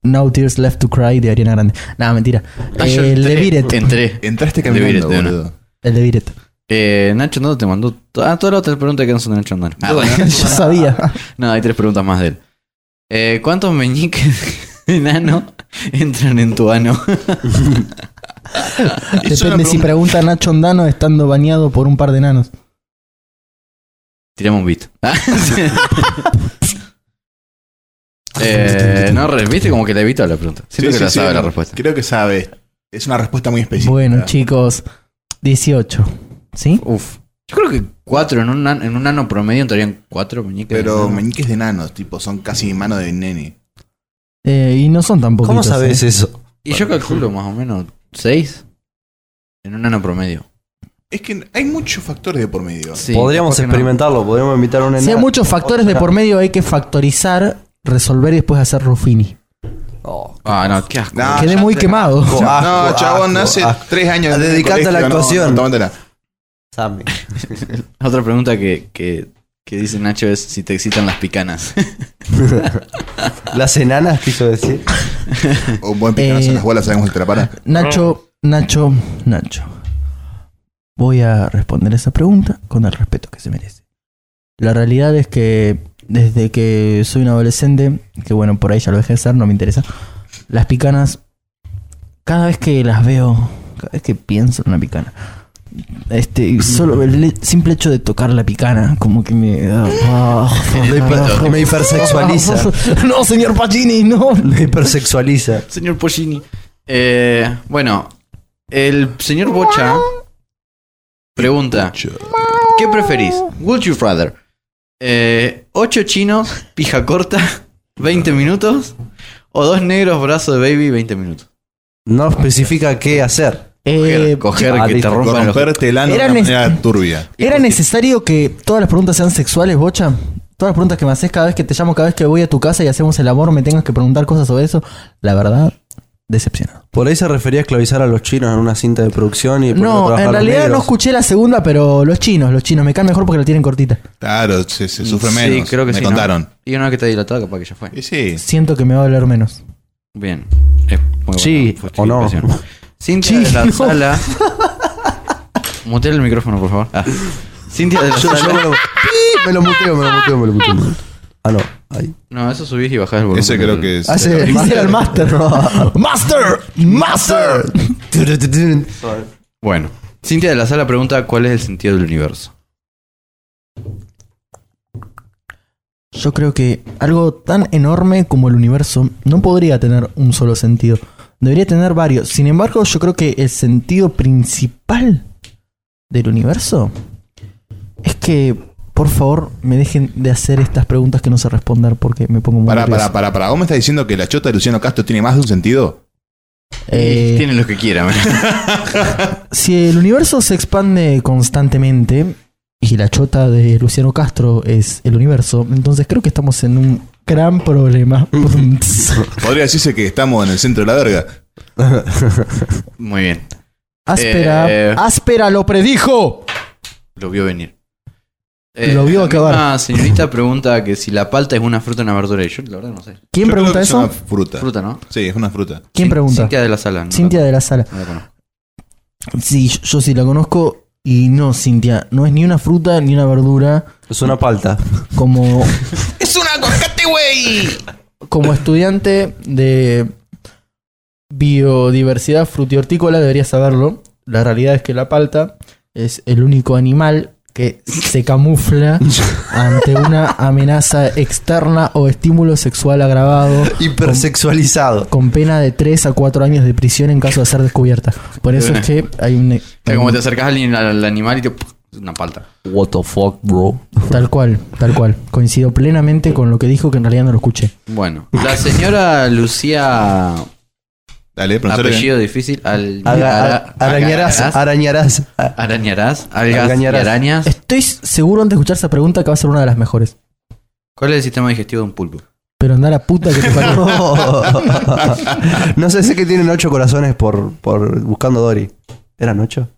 Speaker 4: No Tears Left to Cry de Ariana Grande. Nada, mentira.
Speaker 7: Ah, yo
Speaker 4: el de
Speaker 7: entré,
Speaker 4: Beat It.
Speaker 7: Entré.
Speaker 3: Entraste
Speaker 7: Deberes
Speaker 3: caminando,
Speaker 7: de una.
Speaker 3: boludo.
Speaker 4: El de Beat It.
Speaker 7: Eh, Nacho Andano te mandó. to- Ah, todas las otras preguntas que no son de Nacho Andano. Ah, bueno.
Speaker 4: Yo sabía.
Speaker 7: No, hay tres preguntas más de él. Eh, ¿Cuántos meñiques de enano entran en tu ano?
Speaker 3: Es una
Speaker 4: Depende si pregunta Nacho Ondano estando bañado por un par de enanos.
Speaker 7: Tiramos un beat. Ah, sí. Eh, no, re- viste como que la evito la pregunta. Siento que
Speaker 3: Sí, sí,
Speaker 7: la
Speaker 3: sí,
Speaker 7: sabe la
Speaker 3: no.
Speaker 7: respuesta.
Speaker 3: Creo que sabe. Es una respuesta muy específica.
Speaker 4: Bueno, chicos, 18. ¿Sí?
Speaker 7: Uf. Yo creo que cuatro, en un, an- en un ano promedio entrarían cuatro meñiques.
Speaker 3: Pero
Speaker 7: de enano.
Speaker 3: meñiques de nanos, tipo, son casi mano de nene.
Speaker 4: Eh, y no son tan poquitos.
Speaker 6: ¿Cómo sabes
Speaker 4: ¿eh?
Speaker 6: eso?
Speaker 7: Y yo calculo más o menos seis en un ano promedio.
Speaker 3: Es que hay muchos factores de por medio.
Speaker 7: Sí,
Speaker 6: podríamos
Speaker 7: capaz que no.
Speaker 6: experimentarlo, podríamos invitar a una
Speaker 4: Si hay muchos factores de por medio, hay que factorizar, resolver y después hacer Ruffini.
Speaker 6: Oh,
Speaker 7: Ah, no, qué asco.
Speaker 3: No,
Speaker 4: Quedé
Speaker 3: ya
Speaker 4: muy
Speaker 3: te-
Speaker 4: quemado.
Speaker 3: No, chabón, hace tres años. en el
Speaker 6: Dedicate a
Speaker 3: colegio,
Speaker 6: la
Speaker 3: no,
Speaker 6: actuación.
Speaker 3: no, tómatela.
Speaker 6: Sammy.
Speaker 7: Otra pregunta que, que, que dice Nacho es si te excitan las picanas.
Speaker 6: Las enanas quiso decir.
Speaker 3: O un buen picanazo
Speaker 4: Eh,
Speaker 3: en las bolas, sabemos que te la para.
Speaker 4: Nacho, Nacho, Nacho. Voy a responder esa pregunta con el respeto que se merece. La realidad es que desde que soy un adolescente, que bueno, por ahí ya lo dejé de ser, no me interesa. Las picanas, cada vez que las veo, cada vez que pienso en una picana, este, solo el le- simple hecho de tocar la picana, como que me. ah, ah,
Speaker 6: Me hipersexualiza.
Speaker 4: no, señor Pacini, no.
Speaker 6: Me hipersexualiza.
Speaker 7: Señor Pollini. Eh, bueno, el señor Bocha pregunta: ¿Qué preferís? ¿Would you rather? Eh, ¿Ocho chinos, pija corta, 20 minutos? ¿O dos negros, brazo de baby, 20 minutos?
Speaker 6: No especifica qué hacer.
Speaker 4: Eh,
Speaker 7: Coger
Speaker 6: ah,
Speaker 7: que
Speaker 6: listo,
Speaker 7: te rompan los.
Speaker 3: Romperte el ano de
Speaker 4: Eran
Speaker 3: una
Speaker 4: es-
Speaker 3: manera turbia.
Speaker 4: ¿Era necesario que todas las preguntas sean sexuales, Bocha? Todas las preguntas que me haces cada vez que te llamo, cada vez que voy a tu casa y hacemos el amor, me tengas que preguntar cosas sobre eso. La verdad, decepcionado.
Speaker 6: Por ahí se refería a esclavizar a los chinos en una cinta de producción y poner a
Speaker 4: No,
Speaker 6: trabajar
Speaker 4: en
Speaker 6: a los
Speaker 4: realidad no
Speaker 6: negros.
Speaker 4: escuché la segunda, pero los chinos, los chinos, me caen mejor porque la tienen cortita.
Speaker 3: Claro, se, se sufre
Speaker 7: Sí,
Speaker 3: menos.
Speaker 7: creo que
Speaker 3: Me
Speaker 7: sí, ¿no?
Speaker 3: contaron.
Speaker 7: Y una vez que te dilatado, capaz que ya fue.
Speaker 3: Y sí.
Speaker 4: Siento que me va a doler menos.
Speaker 7: Bien. Es muy
Speaker 6: Sí,
Speaker 7: buena
Speaker 6: o no.
Speaker 7: justificación. Cintia de la sala. Mutea el micrófono, por favor. Ah. Cintia de la
Speaker 6: Yo, yo
Speaker 7: sala.
Speaker 6: me, lo, me lo muteo, me lo muteo, me lo muteo. me lo muteo. Ah, no. Ahí.
Speaker 7: No, eso subís y bajás el volumen.
Speaker 3: Ese creo que es.
Speaker 6: Hace el
Speaker 4: Dice el máster. ¡Master! ¡Master!
Speaker 7: Bueno. Cintia de la sala pregunta cuál es el sentido del universo.
Speaker 4: Yo creo que algo tan enorme como el universo no podría tener un solo sentido. Debería tener varios. Sin embargo, yo creo que el sentido principal del universo es que, por favor, me dejen de hacer estas preguntas que no sé responder porque me pongo muy
Speaker 3: Pará, pará,
Speaker 4: nervioso.
Speaker 3: pará, pará. ¿Vos me estás diciendo que la chota de Luciano Castro tiene más de un sentido?
Speaker 4: Eh,
Speaker 7: Tiene lo que quiera.
Speaker 4: Si el universo se expande constantemente y la chota de Luciano Castro es el universo, entonces creo que estamos en un gran problema.
Speaker 3: Podría decirse que estamos en el centro de la verga.
Speaker 7: Muy bien.
Speaker 4: Áspera,
Speaker 7: Eh.
Speaker 4: áspera lo predijo.
Speaker 7: Lo vio venir.
Speaker 4: Lo vio acabar.
Speaker 7: Ah, señorita pregunta que si la palta es una fruta o una verdura. Y yo, la verdad, no sé.
Speaker 4: ¿Quién
Speaker 3: Yo creo
Speaker 4: pregunta
Speaker 3: que Es
Speaker 4: eso?
Speaker 3: una fruta.
Speaker 7: Fruta, ¿no?
Speaker 3: Sí, es una fruta.
Speaker 4: ¿Quién
Speaker 7: Cin-
Speaker 4: pregunta? Cintia,
Speaker 7: Cintia de la sala. no
Speaker 4: de la sala.
Speaker 7: la- no la conozco.
Speaker 4: Sí, yo, yo sí la conozco y no, Cintia, no es ni una fruta ni una verdura.
Speaker 6: Es una palta.
Speaker 4: Como. ¡Es un aguacate, güey! Como estudiante de biodiversidad frutihortícola debería saberlo. La realidad es que la palta es el único animal que se camufla ante una amenaza externa o estímulo sexual agravado.
Speaker 6: Hipersexualizado.
Speaker 4: con pena de 3 a 4 años de prisión en caso de ser descubierta. Por eso es que hay un...
Speaker 7: Es como te acercas al, al animal y te. Es una palta.
Speaker 9: What the fuck, bro.
Speaker 4: Tal cual, tal cual. Coincido plenamente con lo que dijo que en realidad no lo escuché.
Speaker 7: Bueno, la señora Lucía,
Speaker 3: Dale, pronunciale bien.
Speaker 7: apellido difícil, al,
Speaker 6: Aga- a- Arañarás, arañarás. A-
Speaker 7: arañarás, algas y
Speaker 6: Algañarás.
Speaker 7: arañas.
Speaker 4: Estoy seguro antes de escuchar esa pregunta que va a ser una de las mejores.
Speaker 7: ¿Cuál es el sistema digestivo de un pulpo?
Speaker 4: Pero anda la puta que te parió.
Speaker 6: No sé, sé que tienen ocho corazones por, por buscando Dory. ¿Eran ocho?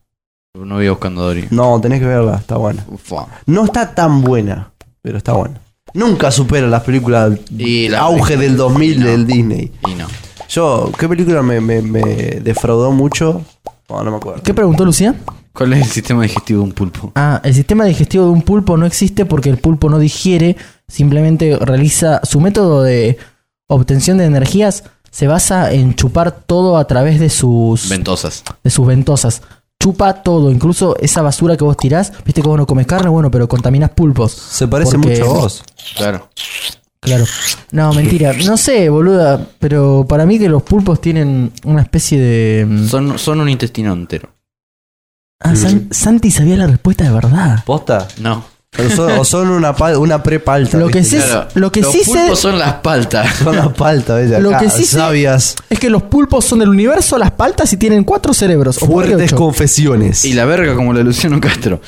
Speaker 7: No voy buscando Dory.
Speaker 6: No, tenés que verla, está buena.
Speaker 7: Fua.
Speaker 6: No está tan buena, pero está buena. Nunca supera las películas
Speaker 7: Y la-
Speaker 6: auge del 2000
Speaker 7: No.
Speaker 6: del Disney.
Speaker 7: Y no.
Speaker 6: Yo, ¿qué película me, me- me defraudó mucho? No, no me acuerdo.
Speaker 4: ¿Qué preguntó Lucía?
Speaker 7: ¿Cuál es el sistema digestivo de un pulpo?
Speaker 4: Ah, el sistema digestivo de un pulpo no existe porque el pulpo no digiere, simplemente realiza su método de obtención de energías se basa en chupar todo a través de sus
Speaker 7: Ventosas.
Speaker 4: de sus ventosas. Chupa todo, incluso esa basura que vos tirás, viste que vos no comes carne, bueno, pero contaminas pulpos.
Speaker 6: Se parece
Speaker 4: Porque-
Speaker 6: mucho a vos.
Speaker 7: Claro.
Speaker 4: Claro. No, mentira. No sé, boluda, pero para mí que los pulpos tienen una especie de... mm,
Speaker 7: Son, son un intestino entero.
Speaker 4: Ah, San- Santi sabía la respuesta de verdad.
Speaker 6: ¿Posta?
Speaker 7: No.
Speaker 6: O son, o son una, pal- una pre-palta.
Speaker 4: Lo que
Speaker 6: ¿viste?
Speaker 4: sí- lo que
Speaker 7: los
Speaker 4: sí sé-
Speaker 7: pulpos son las paltas.
Speaker 6: Son las paltas, ¿viste?
Speaker 4: Lo
Speaker 6: Acá,
Speaker 4: que sí sé-
Speaker 6: sabias,
Speaker 4: Es que los pulpos son del universo, las paltas y tienen cuatro cerebros. o por qué
Speaker 6: fuertes
Speaker 4: ocho.
Speaker 6: confesiones.
Speaker 7: Y la verga como la de Luciano Castro.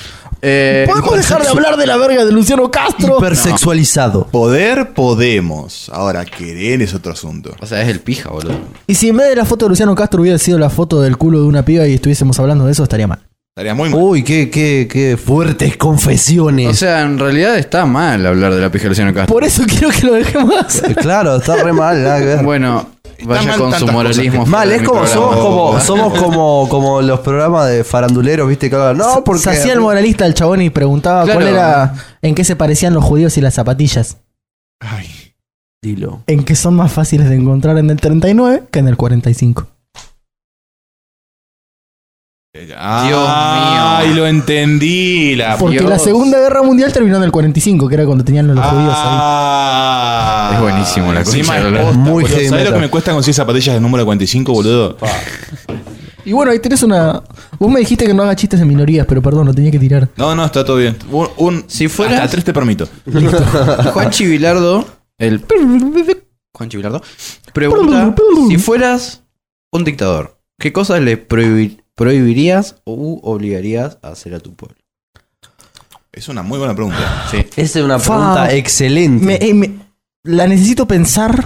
Speaker 7: Eh,
Speaker 4: Podemos dejar de hablar de la verga de Luciano Castro.
Speaker 6: Hipersexualizado.
Speaker 3: Poder podemos. Ahora, querer es otro asunto.
Speaker 7: O sea, es el pija, boludo.
Speaker 4: Y si en vez de la foto de Luciano Castro hubiera sido la foto del culo de una piba y estuviésemos hablando de eso, estaría mal.
Speaker 3: Estaría muy
Speaker 7: Uh.
Speaker 3: mal.
Speaker 6: Uy, qué, qué, qué fuertes confesiones.
Speaker 7: O sea, en realidad está mal hablar de la pija de Luciano Castro.
Speaker 4: Por eso quiero que lo dejemos hacer.
Speaker 6: Eh, claro, está re mal. nada que ver.
Speaker 7: Bueno, vaya
Speaker 3: mal
Speaker 7: con su
Speaker 3: tantas
Speaker 7: moralismo.
Speaker 3: cosas
Speaker 7: fuera
Speaker 6: Mal,
Speaker 7: de
Speaker 6: es
Speaker 7: mi
Speaker 6: como somos,
Speaker 7: programa.
Speaker 6: como somos como como los programas de faranduleros, ¿viste? Que hablan, no, porque
Speaker 4: Se hacía el moralista el chabón y preguntaba
Speaker 7: Claro.
Speaker 4: cuál era, en qué se parecían los judíos y las zapatillas.
Speaker 3: Ay.
Speaker 6: Dilo.
Speaker 4: En que son más fáciles de encontrar en el 39 que en el 45.
Speaker 3: Ay, lo entendí. La
Speaker 4: Porque la
Speaker 7: Dios.
Speaker 4: Segunda Guerra Mundial terminó en el 45, que era cuando tenían los judíos ahí.
Speaker 3: Ah,
Speaker 7: Es buenísimo la
Speaker 3: Encima
Speaker 7: concha de
Speaker 3: es
Speaker 7: la lora.
Speaker 3: posta,
Speaker 6: Muy
Speaker 3: boludo.
Speaker 6: heavy
Speaker 3: ¿Sabés lo
Speaker 6: metal.
Speaker 3: que me cuesta conseguir zapatillas de número 45, boludo?
Speaker 4: Y bueno, ahí tenés una... Vos me dijiste que no haga chistes de minorías, pero perdón, lo tenía que tirar.
Speaker 3: No, no, está todo bien. Un, un-
Speaker 7: Si fueras-
Speaker 3: Hasta tres te permito.
Speaker 7: Juan Chivilardo, el. Juan Chivilardo, pregunta: si fueras un dictador, ¿qué cosas le prohibi- prohibirías u obligarías a hacer a tu pueblo?
Speaker 3: Es una muy buena pregunta.
Speaker 7: Sí.
Speaker 6: Esa es una
Speaker 4: Fa-
Speaker 6: pregunta excelente.
Speaker 4: Me- eh, me- la necesito pensar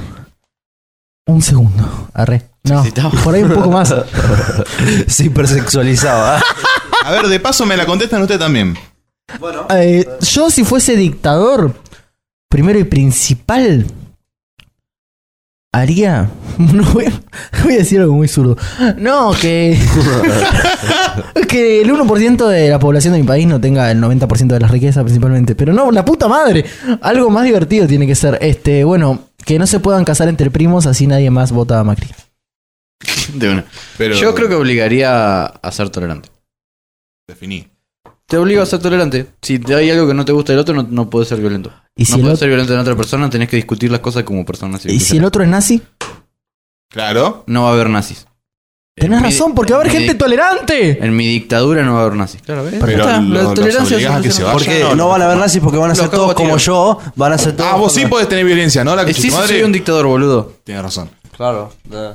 Speaker 4: un segundo. Arre. No,
Speaker 7: Necesitaba.
Speaker 4: por ahí un poco más.
Speaker 6: Se hipersexualizaba.
Speaker 3: A ver, de paso me la contestan usted también.
Speaker 4: Eh, yo si fuese dictador, primero y principal, haría... No voy, a- voy a decir algo muy zurdo. No, que... que el 1% de la población de mi país no tenga el 90% de las riquezas principalmente. Pero no, la puta madre. Algo más divertido tiene que ser. Este, bueno, que no se puedan casar entre primos, así nadie más vota a Macri.
Speaker 7: De una.
Speaker 3: Pero
Speaker 7: Yo creo que obligaría a ser tolerante.
Speaker 3: Definí.
Speaker 7: Te obligo a ser tolerante. Si te hay algo que no te gusta del otro, no, no puedes ser violento.
Speaker 4: Y si
Speaker 7: no
Speaker 4: el
Speaker 7: puedes
Speaker 4: otro-
Speaker 7: ser violento en otra persona, tenés que discutir las cosas como personas.
Speaker 4: Y si el
Speaker 7: civiles.
Speaker 4: otro es nazi,
Speaker 3: Claro.
Speaker 7: No va a haber nazis.
Speaker 4: tenés
Speaker 7: En Eh, mi-
Speaker 4: razón, porque va a haber
Speaker 7: en mi- Eh,
Speaker 4: gente tolerante.
Speaker 7: En mi dictadura no va a haber nazis. Claro, ¿ves?
Speaker 3: Pero
Speaker 7: Ya está.
Speaker 3: lo-
Speaker 7: La
Speaker 3: los
Speaker 7: tolerancia
Speaker 3: obligás
Speaker 7: es
Speaker 3: a que se
Speaker 7: una-
Speaker 3: vayan.
Speaker 6: Ah, Porque
Speaker 3: no,
Speaker 6: no,
Speaker 3: no.
Speaker 6: van a ver nazis porque van a
Speaker 7: Los
Speaker 6: ser
Speaker 7: cago
Speaker 6: todos
Speaker 7: a tiro.
Speaker 6: como yo. Van a ser todos.
Speaker 3: Ah, vos sí
Speaker 6: como-
Speaker 3: podés tener violencia, ¿no? La
Speaker 7: Eh,
Speaker 3: que
Speaker 7: Sí, sí,
Speaker 3: tu madre.
Speaker 7: soy un dictador, boludo.
Speaker 3: Tienes razón.
Speaker 6: Claro.
Speaker 7: eh,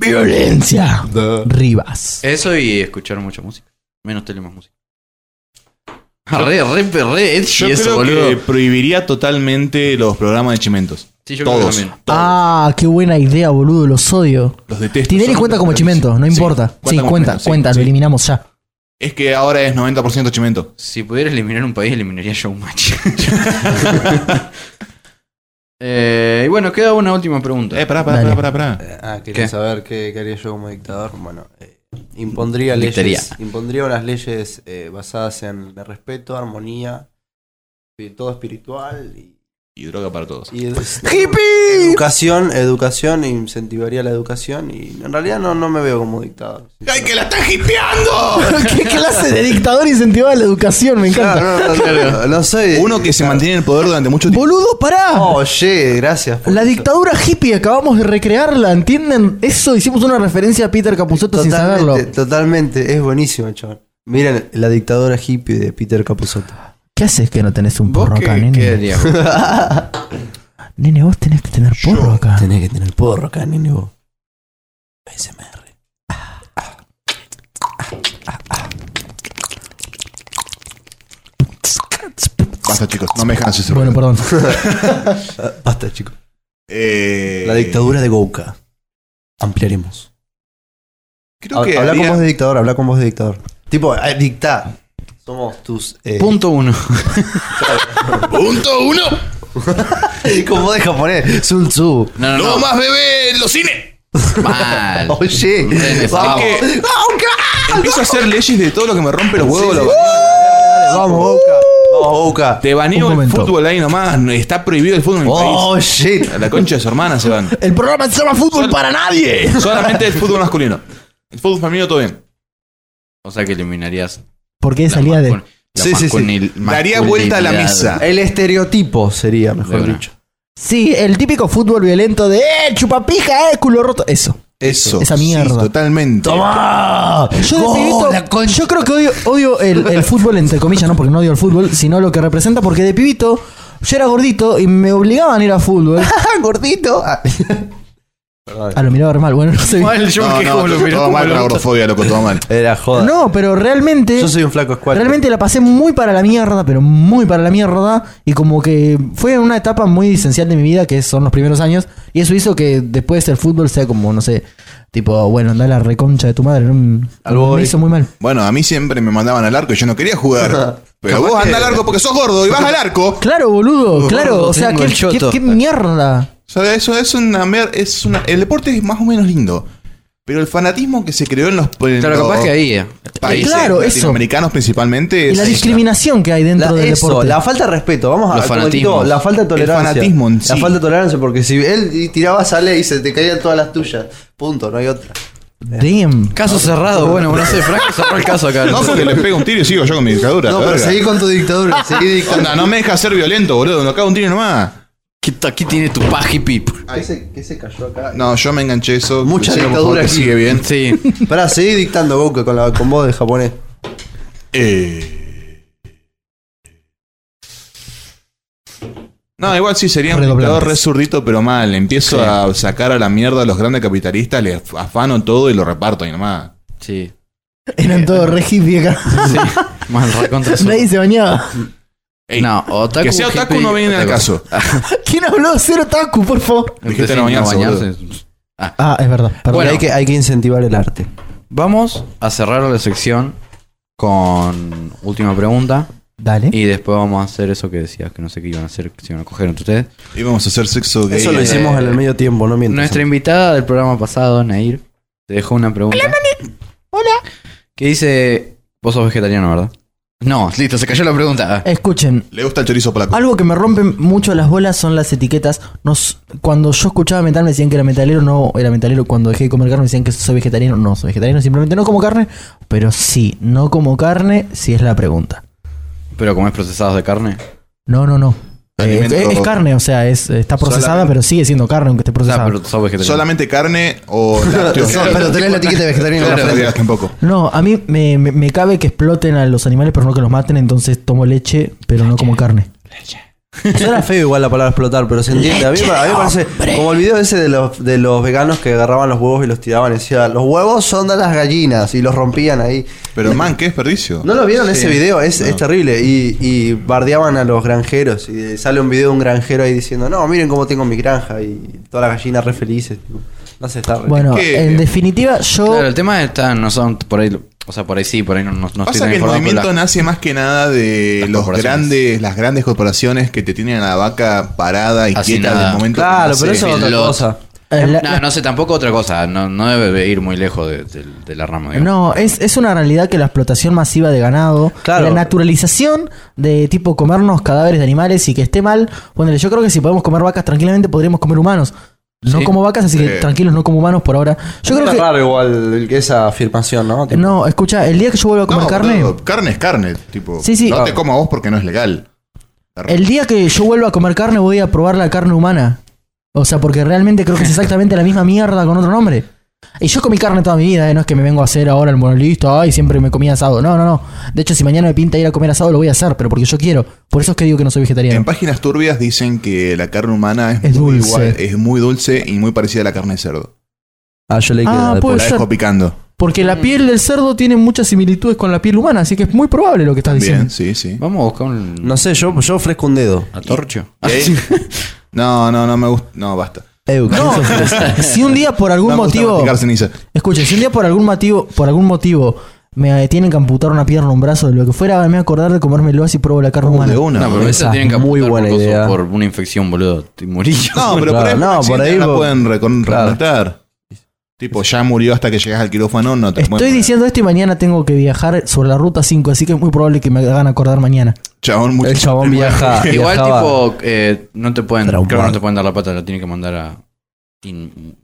Speaker 4: Violencia. Rivas.
Speaker 7: Eso y escuchar mucha música. Menos tele, más música. Ah, Re, re, re,
Speaker 3: Yo
Speaker 7: edgy eso,
Speaker 3: creo
Speaker 7: boludo.
Speaker 3: que prohibiría totalmente los programas de chimentos.
Speaker 7: Sí, yo creo
Speaker 3: Todos.
Speaker 7: que también.
Speaker 4: Ah, qué buena idea, boludo. Los odio.
Speaker 3: Los detesto.
Speaker 4: Tinelli
Speaker 3: Son-
Speaker 4: cuenta como chimento, no
Speaker 3: Sí,
Speaker 4: importa. Sí,
Speaker 3: como
Speaker 4: cuenta,
Speaker 3: Chimento, sí,
Speaker 4: cuenta,
Speaker 3: sí.
Speaker 4: lo eliminamos ya.
Speaker 3: Es que ahora es 90% chimento.
Speaker 7: Si pudiera eliminar un país, eliminaría Showmatch. eh, y bueno, queda una última pregunta.
Speaker 3: Eh, pará, pará,
Speaker 4: Dale.
Speaker 3: pará, pará, pará.
Speaker 6: Ah, quería
Speaker 7: ¿Qué?
Speaker 6: saber qué, qué haría yo como dictador. Bueno, eh, impondría
Speaker 7: Dictaría.
Speaker 6: leyes. Impondría unas leyes eh, basadas en el respeto, armonía, y todo espiritual y,
Speaker 3: Y droga para todos.
Speaker 6: y edu- educación, educación, incentivaría la educación y en realidad no, no me veo como dictador.
Speaker 3: ¡Ay, que la están hipeando!
Speaker 4: ¿Qué clase de dictador incentivaba la educación? Me
Speaker 6: Claro,
Speaker 4: encanta.
Speaker 6: no, no, no, no soy.
Speaker 3: Uno que se mantiene en el poder durante mucho tiempo.
Speaker 4: Boludo, pará.
Speaker 6: Oye, gracias. por
Speaker 4: La
Speaker 6: eso.
Speaker 4: dictadura hippie acabamos de recrearla, ¿entienden? Eso hicimos una referencia a Peter Capusotto sin
Speaker 6: Totalmente,
Speaker 4: saberlo.
Speaker 6: Totalmente, es buenísimo, chaval. Miren, la dictadora hippie de Peter Capusotto.
Speaker 4: ¿Qué haces que no tenés un
Speaker 7: ¿Vos
Speaker 4: porro acá,
Speaker 7: qué,
Speaker 4: nene?
Speaker 7: qué harías?
Speaker 4: Nene, vos tenés que tener porro acá.
Speaker 6: Tenés que tener porro acá, nene, vos.
Speaker 3: Basta, chicos, no me dejan hacer
Speaker 4: Bueno,
Speaker 3: ruido.
Speaker 4: perdón.
Speaker 6: Ah, Basta, chicos.
Speaker 3: Eh,
Speaker 6: La dictadura de Gouka. Ampliaremos.
Speaker 3: Creo que
Speaker 6: habla
Speaker 3: haría-
Speaker 6: con voz de dictador, habla con voz de dictador. Tipo, eh, dictá. Somos tus. eh,
Speaker 7: Punto uno.
Speaker 3: Punto uno.
Speaker 6: con voz de japonés. Sun Tzu.
Speaker 7: No, no, no.
Speaker 3: más bebé en los cines.
Speaker 7: Mal.
Speaker 6: Oye,
Speaker 7: Renes,
Speaker 6: vamos.
Speaker 3: Es que- Empiezo a hacer leyes de todo lo que me rompe los huevos. lo-
Speaker 6: Vamos,
Speaker 4: Uh.
Speaker 6: Boca. Vamos, Boca.
Speaker 3: Te baneo
Speaker 4: Un
Speaker 3: el
Speaker 4: momento.
Speaker 3: fútbol ahí nomás. Está prohibido el fútbol en mi
Speaker 6: Oh, shit.
Speaker 3: país. A la concha de su hermana se van.
Speaker 4: El programa se llama Fútbol
Speaker 3: Sol-
Speaker 4: para nadie.
Speaker 3: Solamente el fútbol masculino. El fútbol femenino todo bien.
Speaker 7: O sea que eliminarías.
Speaker 4: ¿Por qué salía de.?
Speaker 7: Sí, sí, sí.
Speaker 3: Daría vuelta a la mesa.
Speaker 6: El estereotipo sería,
Speaker 7: De
Speaker 6: mejor
Speaker 7: una.
Speaker 6: dicho.
Speaker 4: Sí, el típico fútbol violento de ¡eh, chupapija, eh, culo roto! Eso.
Speaker 3: Eso.
Speaker 4: Esa mierda.
Speaker 3: totalmente.
Speaker 4: ¡Toma! Yo, de
Speaker 6: ¡Gol,
Speaker 4: pibito,
Speaker 6: la concha!
Speaker 4: yo creo que odio, odio el, el fútbol, entre comillas, no porque no odio el fútbol, sino lo que representa, porque de pibito yo era gordito y me obligaban a ir a fútbol.
Speaker 6: Gordito. Ah.
Speaker 4: Ah, lo miraba re mal, bueno, no sé.
Speaker 3: No, no, todo mal con la gordofobia, loco, todo mal.
Speaker 6: Era joda.
Speaker 4: No, pero realmente.
Speaker 6: Yo soy un flaco escuadro.
Speaker 4: Realmente la pasé muy para la mierda, pero muy para la mierda. Y como que fue una etapa muy esencial de mi vida, que son los primeros años. Y eso hizo que después el fútbol sea como, no sé, tipo, bueno, anda a la reconcha de tu madre. no me-
Speaker 6: Al
Speaker 4: me
Speaker 6: boy.
Speaker 4: hizo muy mal.
Speaker 3: Bueno, a mí siempre me mandaban al arco y yo no quería jugar. Pero vos anda al arco porque sos gordo y vas al arco.
Speaker 4: Claro, boludo,
Speaker 7: Gordo,
Speaker 4: claro. O sea,
Speaker 7: tengo
Speaker 4: qué,
Speaker 7: el
Speaker 4: qué-
Speaker 7: choto.
Speaker 4: qué mierda.
Speaker 3: O sea, eso es una, mer- es una. El deporte es más o menos lindo. Pero el fanatismo que se creó en los, en
Speaker 7: Claro,
Speaker 3: los
Speaker 7: capaz que ahí. eh.
Speaker 3: países
Speaker 4: Claro, eso.
Speaker 3: latinoamericanos principalmente
Speaker 4: Y
Speaker 3: es
Speaker 4: la
Speaker 3: el
Speaker 4: discriminación que hay
Speaker 6: La,
Speaker 4: dentro del
Speaker 6: eso,
Speaker 4: deporte.
Speaker 6: la falta de respeto, vamos a
Speaker 7: Los
Speaker 6: como
Speaker 7: fanatismos.
Speaker 6: digo, la falta de tolerancia.
Speaker 3: El fanatismo en
Speaker 6: La
Speaker 3: sí.
Speaker 6: falta de tolerancia, porque si él tiraba sale y se te caían todas las tuyas. Punto, no hay otra.
Speaker 4: Damn.
Speaker 7: Caso cerrado, bueno, no sé, Frank cerró el caso acá.
Speaker 3: No, porque le pego un tiro y sigo yo con mi dictadura.
Speaker 6: No,
Speaker 3: la
Speaker 6: pero
Speaker 3: verga.
Speaker 6: seguí con tu dictadura, seguí dictando.
Speaker 3: Onda, no me deja ser violento, boludo. No cago un tiro nomás.
Speaker 7: ¿Qué ta- Aquí tiene tu paji pip.
Speaker 6: ¿Qué se, qué se cayó acá?
Speaker 3: No, yo me enganché eso.
Speaker 6: Mucha
Speaker 3: Sí, por
Speaker 6: dictadura
Speaker 3: favor, que
Speaker 6: aquí.
Speaker 3: sigue bien.
Speaker 7: Sí.
Speaker 6: Pará, seguí dictando, Goku, con, la, con voz de japonés.
Speaker 3: Eh. No, igual sí, sería un
Speaker 4: Redoblantes.
Speaker 3: dictador re zurdito, pero mal. Empiezo a sacar a la mierda a los grandes capitalistas, les afano todo y lo reparto y nomás.
Speaker 7: Sí.
Speaker 4: Eran todos re hippie acá.
Speaker 7: Sí. Mal recontra sur.
Speaker 4: Nadie se bañaba.
Speaker 3: Ey,
Speaker 7: No, otaku.
Speaker 3: que sea otaku
Speaker 7: hippie,
Speaker 3: no viene al
Speaker 7: otaku.
Speaker 3: caso.
Speaker 4: ¿Quién habló? Cero Taku, por favor.
Speaker 3: Dijiste
Speaker 7: Sí,
Speaker 3: no bañarse,
Speaker 4: Ah, es verdad. Perdón.
Speaker 7: Bueno.
Speaker 6: Hay que, hay que incentivar el arte.
Speaker 7: Vamos a cerrar la sección con última pregunta.
Speaker 4: Dale.
Speaker 7: Y después vamos a hacer eso que decías, que no sé qué iban a hacer, si iban a coger entre ustedes.
Speaker 3: Y vamos a hacer sexo gay.
Speaker 6: Eso lo
Speaker 7: eh,
Speaker 6: hicimos en el medio tiempo, no mientras.
Speaker 7: Nuestra invitada del programa pasado, Nair, te dejó una pregunta. Hola, Que dice, vos sos vegetariano, ¿verdad? No, listo, se cayó la pregunta. Ah,
Speaker 4: Escuchen,
Speaker 3: Le gusta el chorizo polaco.
Speaker 4: Algo que me rompen mucho las bolas son las etiquetas. Nos, cuando yo escuchaba metal me decían que era metalero, no era metalero. Cuando dejé de comer carne me decían que soy vegetariano, no soy vegetariano, simplemente no como carne. Pero sí, no como carne, si es la pregunta.
Speaker 7: Pero comés procesados de carne.
Speaker 4: No, no, no. Eh, es,
Speaker 3: Alimento-
Speaker 4: es carne, o sea, es, está procesada,
Speaker 3: Solamente-
Speaker 4: pero sigue siendo carne aunque esté
Speaker 7: O sea,
Speaker 4: procesada.
Speaker 7: pero sos vegetariano.
Speaker 3: Solamente carne o lácteos.
Speaker 6: No, pero tenés la etiqueta vegetariana en la
Speaker 3: Claro,
Speaker 6: frente.
Speaker 3: tampoco.
Speaker 4: No, a mí me, me- me cabe que exploten a los animales, pero no que los maten, entonces tomo leche, pero no como carne.
Speaker 6: Suena feo igual la palabra explotar, pero se entiende. A mí, me- a mí me parece como el video ese de los, de los veganos que agarraban los huevos y los tiraban. y Decía, los huevos son de las gallinas y los rompían ahí.
Speaker 3: Pero man, qué desperdicio.
Speaker 6: ¿No lo vieron ese video? Es,
Speaker 3: No.
Speaker 6: es terrible. Y, y bardeaban a los granjeros. Y eh, sale un video de un granjero ahí diciendo, no, miren cómo tengo mi granja. Y todas las gallinas re felices. tipo. No sé, está re-
Speaker 4: Bueno,
Speaker 3: que-
Speaker 4: en definitiva, yo.
Speaker 7: Claro, el tema está, no son por ahí, o sea, por ahí sí, por ahí no, no, no estoy
Speaker 3: Pasa
Speaker 7: tan
Speaker 3: que el
Speaker 7: informado,
Speaker 3: movimiento
Speaker 7: pero la-
Speaker 3: nace más que nada de
Speaker 7: Las
Speaker 3: los
Speaker 7: corporaciones.
Speaker 3: grandes, las grandes corporaciones que te tienen a la vaca parada y
Speaker 7: Así
Speaker 3: quieta
Speaker 7: nada.
Speaker 3: del momento. que
Speaker 6: Claro,
Speaker 3: nace.
Speaker 6: pero eso es otra
Speaker 7: Lo-
Speaker 6: cosa.
Speaker 4: eh, la-
Speaker 7: No, no sé, tampoco otra cosa. No, no debe ir muy lejos de, de- de la rama. digamos.
Speaker 4: No, es, es una realidad que la explotación masiva de ganado,
Speaker 6: Claro.
Speaker 4: la naturalización de tipo comernos cadáveres de animales y que esté mal, ponele, yo creo que si podemos comer vacas tranquilamente podríamos comer humanos. No
Speaker 7: Sí.
Speaker 4: como vacas, así que
Speaker 3: Eh.
Speaker 4: tranquilos, no como humanos por ahora. Yo creo
Speaker 6: Está
Speaker 4: que...
Speaker 6: raro igual el- esa afirmación, ¿no? Tipo,
Speaker 4: No, escucha, el día que yo vuelva a comer
Speaker 3: No,
Speaker 4: carne...
Speaker 3: boludo, carne es carne, tipo.
Speaker 4: Sí, sí.
Speaker 3: No
Speaker 4: Ah.
Speaker 3: te como a vos porque no es legal.
Speaker 4: El día que yo vuelva a comer carne voy a probar la carne humana. O sea, porque realmente creo que es exactamente la misma mierda con otro nombre. Y yo comí carne toda mi vida, eh, no es que me vengo a hacer ahora el monolista, ay, siempre me comí asado. No, no, no. De hecho, si mañana me pinta ir a comer asado, lo voy a hacer, pero porque yo quiero. Por eso es que digo que no soy vegetariano.
Speaker 3: En páginas turbias dicen que la carne humana es,
Speaker 4: Es
Speaker 3: muy
Speaker 4: dulce.
Speaker 3: igual- es muy dulce y muy parecida a la carne de cerdo.
Speaker 10: Ah, yo leí que
Speaker 4: Ah,
Speaker 10: era de
Speaker 4: puede
Speaker 10: pollo.
Speaker 3: La
Speaker 4: ser.
Speaker 3: dejo picando.
Speaker 4: Porque la piel del cerdo tiene muchas similitudes con la piel humana, así que es muy probable lo que estás diciendo.
Speaker 3: Bien, sí, sí.
Speaker 7: Vamos a buscar un Ah,
Speaker 6: No sé, yo, yo ofrezco un dedo.
Speaker 7: atorcho.
Speaker 3: No, no, no me gusta. No, basta.
Speaker 10: Ew, ¿qué es eso?
Speaker 4: Si un día por algún
Speaker 3: no me gusta
Speaker 4: motivo.
Speaker 3: masticar ceniza.
Speaker 4: Escuche, si un día por algún motivo, por algún motivo me eh, tienen que amputar una pierna, un brazo, de lo que fuera, me voy a acordar de comérmelo así pruebo la carne humana.
Speaker 3: De una.
Speaker 7: No, pero esa
Speaker 10: Esa
Speaker 7: tienen que
Speaker 10: muy
Speaker 7: apuntar
Speaker 10: buena
Speaker 7: por coso-
Speaker 10: idea.
Speaker 7: por una infección, boludo. Te morís.
Speaker 3: No, pero por
Speaker 10: Claro,
Speaker 3: ahí,
Speaker 10: no,
Speaker 3: por
Speaker 10: por
Speaker 3: ahí
Speaker 10: ahí
Speaker 3: no
Speaker 10: vos-
Speaker 3: pueden recon-
Speaker 10: Claro.
Speaker 3: reconectar. Tipo, ya murió hasta que llegas al quirófano, no te eh.
Speaker 4: Estoy
Speaker 3: pueden-
Speaker 4: diciendo esto y mañana tengo que viajar sobre la ruta 5, así que es muy probable que me hagan acordar mañana.
Speaker 3: Chabón, mucho.
Speaker 10: El chabón viaja.
Speaker 7: Igual,
Speaker 10: viajaba-
Speaker 7: tipo, eh, no te pueden.
Speaker 10: Traumado.
Speaker 7: Creo que no te pueden dar la pata, la tienen que mandar a. in-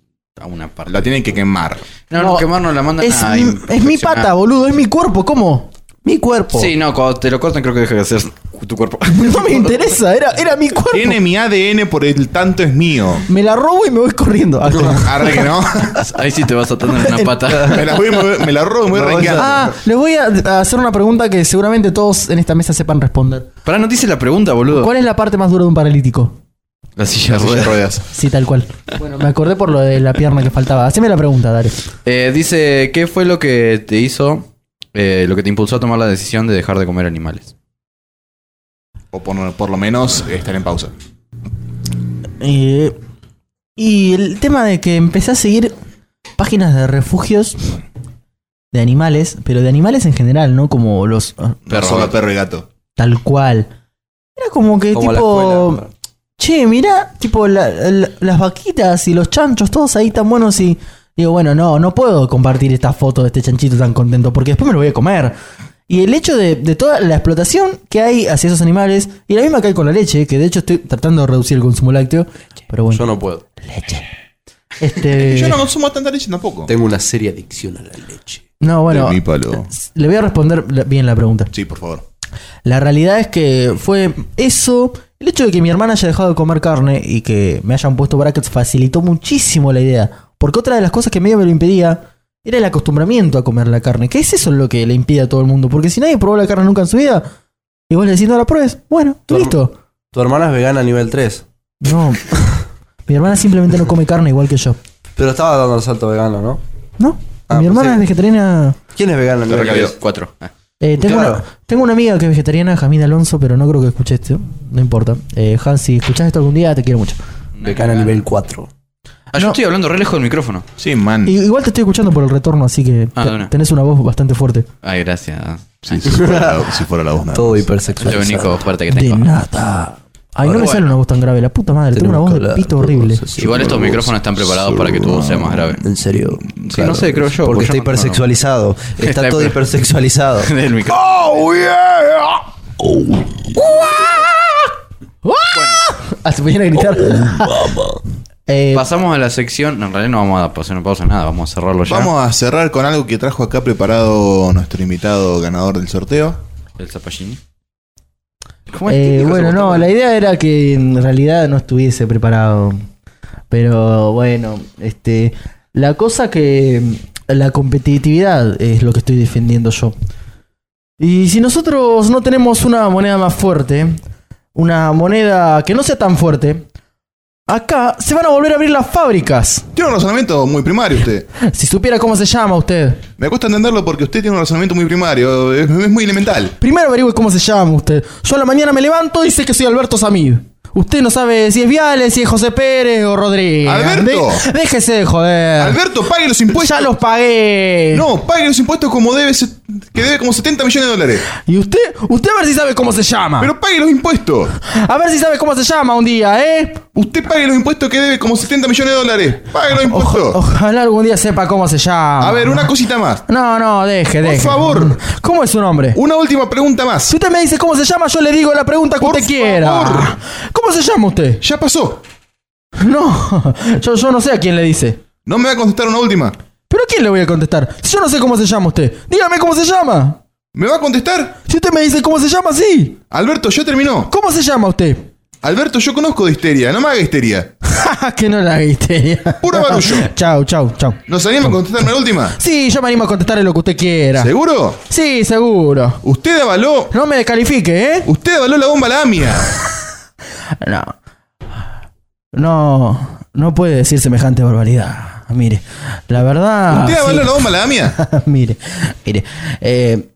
Speaker 7: a una parte.
Speaker 3: La tienen que quemar.
Speaker 7: No, no, quemar no la mandan
Speaker 4: es,
Speaker 7: a.
Speaker 4: mi- es mi
Speaker 7: infeccionar.
Speaker 4: pata, boludo, es mi cuerpo, ¿cómo?
Speaker 10: Mi cuerpo.
Speaker 7: Sí, no, cuando te lo cortan, creo que deja de ser tu cuerpo.
Speaker 4: No me interesa, era, era mi cuerpo.
Speaker 3: Tiene mi ADN, por el tanto es mío.
Speaker 4: Me la robo y me voy corriendo. Ah,
Speaker 3: Arre que no.
Speaker 7: Ahí sí te vas a tener una pata.
Speaker 3: Me la, voy, me, me la robo y me voy renqueando.
Speaker 4: Ah, les voy a a hacer una pregunta que seguramente todos en esta mesa sepan responder.
Speaker 7: Pará, no te hice la pregunta, boludo.
Speaker 4: ¿Cuál es la parte más dura de un paralítico?
Speaker 7: La silla de
Speaker 3: Silla de
Speaker 7: ruedas.
Speaker 3: ruedas.
Speaker 4: Sí, tal cual. Bueno, me acordé por lo de la pierna que faltaba. Haceme la pregunta, dale.
Speaker 7: Eh, dice, ¿qué fue lo que te hizo, eh, lo que te impulsó a tomar la decisión de dejar de comer animales?
Speaker 3: O por, por lo menos estar en pausa.
Speaker 4: Eh, y el tema de que empecé a seguir páginas de refugios de animales, pero de animales en general, ¿no? Como los... ah,
Speaker 3: Perro,
Speaker 7: Perro,
Speaker 3: solo
Speaker 7: gato.
Speaker 3: perro y gato.
Speaker 4: Tal cual. Era como que
Speaker 6: Como la
Speaker 4: tipo...
Speaker 6: escuela.
Speaker 4: Che, mirá, tipo la- la- las vaquitas y los chanchos, todos ahí tan buenos y... Digo, bueno, no, no puedo compartir esta foto de este chanchito tan contento porque después me lo voy a comer. Y el hecho de, de toda la explotación que hay hacia esos animales, y la misma que hay con la leche, que de hecho estoy tratando de reducir el consumo lácteo, pero bueno.
Speaker 6: Yo no puedo.
Speaker 4: Este,
Speaker 3: Yo no
Speaker 4: no,
Speaker 3: consumo tanta leche tampoco.
Speaker 6: Tengo una seria adicción a la leche.
Speaker 4: bueno,
Speaker 3: De mi palo.
Speaker 4: le voy a responder la- bien la pregunta.
Speaker 3: Sí, por favor.
Speaker 4: La realidad es que fue eso. El hecho de que mi hermana haya dejado de comer carne y que me hayan puesto brackets facilitó muchísimo la idea. Porque otra de las cosas que medio me lo impedía era el acostumbramiento a comer la carne. Que es eso lo que le impide a todo el mundo. Porque si nadie probó la carne nunca en su vida, y vos le decís no la pruebes, bueno,
Speaker 6: Tu herma-
Speaker 4: listo.
Speaker 6: Tu hermana es vegana nivel 3.
Speaker 4: No. mi hermana simplemente no come carne igual que yo.
Speaker 6: Pero estaba dando el salto vegano, ¿no?
Speaker 4: ¿No?
Speaker 6: Ah,
Speaker 4: mi hermana
Speaker 6: pensé-
Speaker 4: es vegetariana.
Speaker 6: ¿Quién es vegano nivel 3?
Speaker 7: Cuatro. Ah.
Speaker 4: Eh, tengo,
Speaker 6: Claro.
Speaker 4: una, tengo una amiga que es vegetariana, Jamil Alonso, pero no creo que escuche esto. No importa. Eh, Hans, si escuchás esto algún día, te quiero mucho.
Speaker 6: Vegana nivel 4.
Speaker 7: Ah, yo estoy hablando re lejos del micrófono.
Speaker 3: Sí, man.
Speaker 4: I- igual te estoy escuchando por el retorno, así que
Speaker 7: Mm. Ah,
Speaker 4: te-
Speaker 7: de una.
Speaker 4: tenés una voz bastante fuerte.
Speaker 7: Ay, gracias.
Speaker 3: Sí, si, fuera la, si fuera la voz, nada
Speaker 10: Todo
Speaker 3: más.
Speaker 7: Es lo
Speaker 10: hipersexual.
Speaker 7: único fuerte que
Speaker 4: De
Speaker 7: tengo.
Speaker 4: nada. Ay, no me
Speaker 7: Bueno.
Speaker 4: sale una voz tan grave, la puta madre. Tengo una voz de pito horrible.
Speaker 7: Igual estos micrófonos están preparados para que tu voz sea más grave.
Speaker 10: En serio.
Speaker 7: Sí, no sé, creo yo.
Speaker 10: Porque
Speaker 7: yo
Speaker 10: está
Speaker 7: no- no, no.
Speaker 10: hipersexualizado.
Speaker 7: Está
Speaker 10: Está todo
Speaker 7: hiper-
Speaker 10: hipersexualizado.
Speaker 7: Del micrófono.
Speaker 3: Oh,
Speaker 4: Ah, se ponían a gritar. Eh,
Speaker 7: Pasamos a la sección. No, en realidad no vamos a pasar una pausa nada, vamos a cerrarlo ya.
Speaker 3: Vamos a cerrar con algo que trajo acá preparado nuestro invitado ganador del sorteo.
Speaker 7: El zapallini. Pues,
Speaker 4: eh, bueno, no, la idea era que en realidad no estuviese preparado. Pero bueno, este. La cosa que. La competitividad es lo que estoy defendiendo yo. Y si nosotros no tenemos una moneda más fuerte, una moneda que no sea tan fuerte, acá se van a volver a abrir las fábricas.
Speaker 3: Tiene un razonamiento muy primario usted.
Speaker 4: Si supiera cómo se llama usted.
Speaker 3: Me cuesta entenderlo porque usted tiene un razonamiento muy primario. Es, es muy elemental.
Speaker 4: Primero averigüe cómo se llama usted. Yo a la mañana me levanto y sé que soy Alberto Samid. Usted no sabe si es Viales, si es José Pérez o Rodríguez.
Speaker 3: ¡Alberto!
Speaker 4: De- déjese de joder.
Speaker 3: Alberto, pague los impuestos.
Speaker 4: Ya los pagué.
Speaker 3: No, pague los impuestos como debe, se- que debe como 70 millones de dólares.
Speaker 4: Y usted, usted a ver si sabe cómo se llama.
Speaker 3: Pero pague los impuestos.
Speaker 4: A ver si sabe cómo se llama un día, ¿eh?
Speaker 3: Usted pague los impuestos que debe como 70 millones de dólares. Pague los impuestos.
Speaker 4: Oja- ojalá algún día sepa cómo se llama.
Speaker 3: A ver, una cosita más.
Speaker 4: No, no, deje,
Speaker 3: Por
Speaker 4: deje.
Speaker 3: favor.
Speaker 4: ¿Cómo es su nombre?
Speaker 3: Una última pregunta más.
Speaker 4: Si usted me dice cómo se llama, yo le digo la pregunta que
Speaker 3: Por
Speaker 4: usted quiera.
Speaker 3: favor.
Speaker 4: ¿Cómo se llama usted?
Speaker 3: Ya pasó.
Speaker 4: No, yo, yo no sé a quién le dice.
Speaker 3: No me va a contestar una última.
Speaker 4: ¿Pero a quién le voy a contestar? Si yo no sé cómo se llama usted. Dígame cómo se llama.
Speaker 3: ¿Me va a contestar?
Speaker 4: Si usted me dice cómo se llama, sí.
Speaker 3: Alberto, ya terminó.
Speaker 4: ¿Cómo se llama usted?
Speaker 3: Alberto, yo conozco de histeria, no me haga histeria.
Speaker 4: que no la viste.
Speaker 3: Puro barullo.
Speaker 4: chau, chau, chau.
Speaker 3: ¿Nos animamos a contestarme la última?
Speaker 4: Sí, yo me animo a contestarle lo que usted
Speaker 6: Ah.
Speaker 4: quiera.
Speaker 3: ¿Seguro?
Speaker 4: Sí, seguro.
Speaker 3: Usted avaló.
Speaker 4: No me descalifique, ¿eh?
Speaker 3: Usted avaló la bomba lamia.
Speaker 4: No. No, no puede decir semejante barbaridad. Mire, la
Speaker 6: Ah,
Speaker 4: verdad.
Speaker 3: Usted avaló
Speaker 4: sí.
Speaker 3: la bomba lamia.
Speaker 4: mire, mire. eh,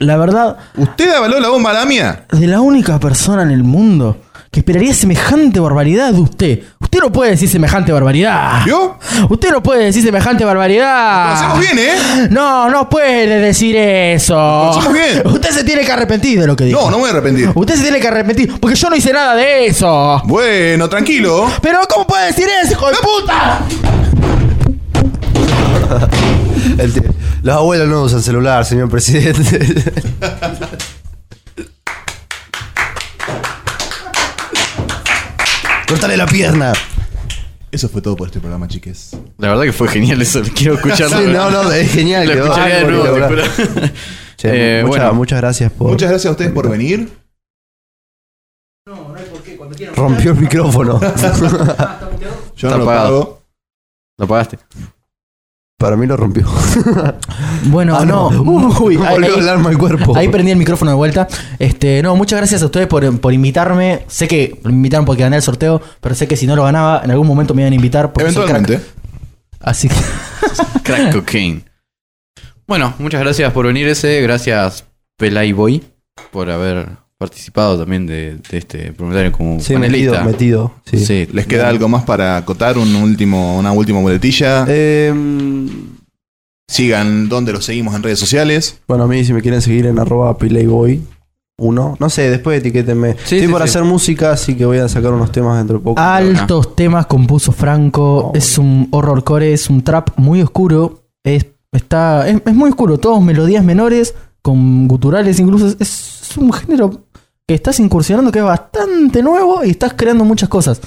Speaker 4: la verdad,
Speaker 3: Usted avaló la bomba lamia.
Speaker 4: de la única persona en el mundo que esperaría semejante barbaridad de usted. Usted no puede decir semejante barbaridad.
Speaker 3: ¿Vio?
Speaker 4: Usted no puede decir semejante barbaridad.
Speaker 3: Conocemos bien, ¿eh?
Speaker 4: No, no puede decir eso.
Speaker 3: Conocemos bien.
Speaker 4: Usted se tiene que arrepentir de lo que dijo.
Speaker 3: No, no me voy a arrepentir.
Speaker 4: Usted se tiene que arrepentir, porque yo no hice nada de eso.
Speaker 3: Bueno, tranquilo.
Speaker 4: Pero ¿cómo puede decir eso, hijo de puta?
Speaker 6: El te- Los abuelos no usan celular, señor presidente. Cortale la pierna.
Speaker 3: Eso fue todo por este programa, chiques.
Speaker 7: La verdad que fue genial eso. Quiero escucharlo.
Speaker 6: Sí, no, no, es genial.
Speaker 7: Lo
Speaker 6: quedó.
Speaker 7: escucharía de
Speaker 6: Ay,
Speaker 7: nuevo.
Speaker 6: boludo, boludo.
Speaker 7: pero-
Speaker 6: Che,
Speaker 7: Eh,
Speaker 6: mucha-
Speaker 7: bueno.
Speaker 6: Muchas gracias por.
Speaker 3: Muchas gracias a ustedes por venir.
Speaker 6: Rompió el micrófono.
Speaker 3: Yo
Speaker 7: Está
Speaker 3: no lo
Speaker 7: apagado.
Speaker 3: pago.
Speaker 7: Lo pagaste.
Speaker 6: Para mí lo rompió.
Speaker 4: Bueno,
Speaker 6: Ah,
Speaker 4: no.
Speaker 6: Uy,
Speaker 4: Uy, ahí,
Speaker 6: volvió el arma al cuerpo.
Speaker 4: ahí prendí el micrófono de vuelta. Este, no, muchas gracias a ustedes por, por invitarme. Sé que me invitaron porque gané el sorteo, pero sé que si no lo ganaba, en algún momento me iban a invitar porque soy
Speaker 3: Eventualmente.
Speaker 4: crack. Así que
Speaker 7: Crack cocaine. Bueno, muchas gracias por venir ese. Gracias, Pelayboy, por haber participado también de, de este comentario como
Speaker 6: Sí,
Speaker 7: panelista.
Speaker 6: metido, metido. Sí.
Speaker 7: Sí.
Speaker 3: ¿Les queda algo más para acotar? Un último, una última boletilla.
Speaker 6: Eh,
Speaker 3: Sigan donde los seguimos en redes sociales.
Speaker 6: Bueno, a mí si me quieren seguir en arroba playboy 1. No sé, después etiquétenme.
Speaker 7: Sí,
Speaker 6: Estoy
Speaker 7: sí,
Speaker 6: por
Speaker 7: sí. Ah,
Speaker 6: hacer música, así que voy a sacar unos temas dentro de poco.
Speaker 4: altos temas compuso Franco.
Speaker 6: Oh,
Speaker 4: es un horrorcore, es un trap muy oscuro. Es, está, es, es muy oscuro, todos melodías menores, con guturales incluso. Es, es un género que estás incursionando que es bastante nuevo y estás creando muchas cosas.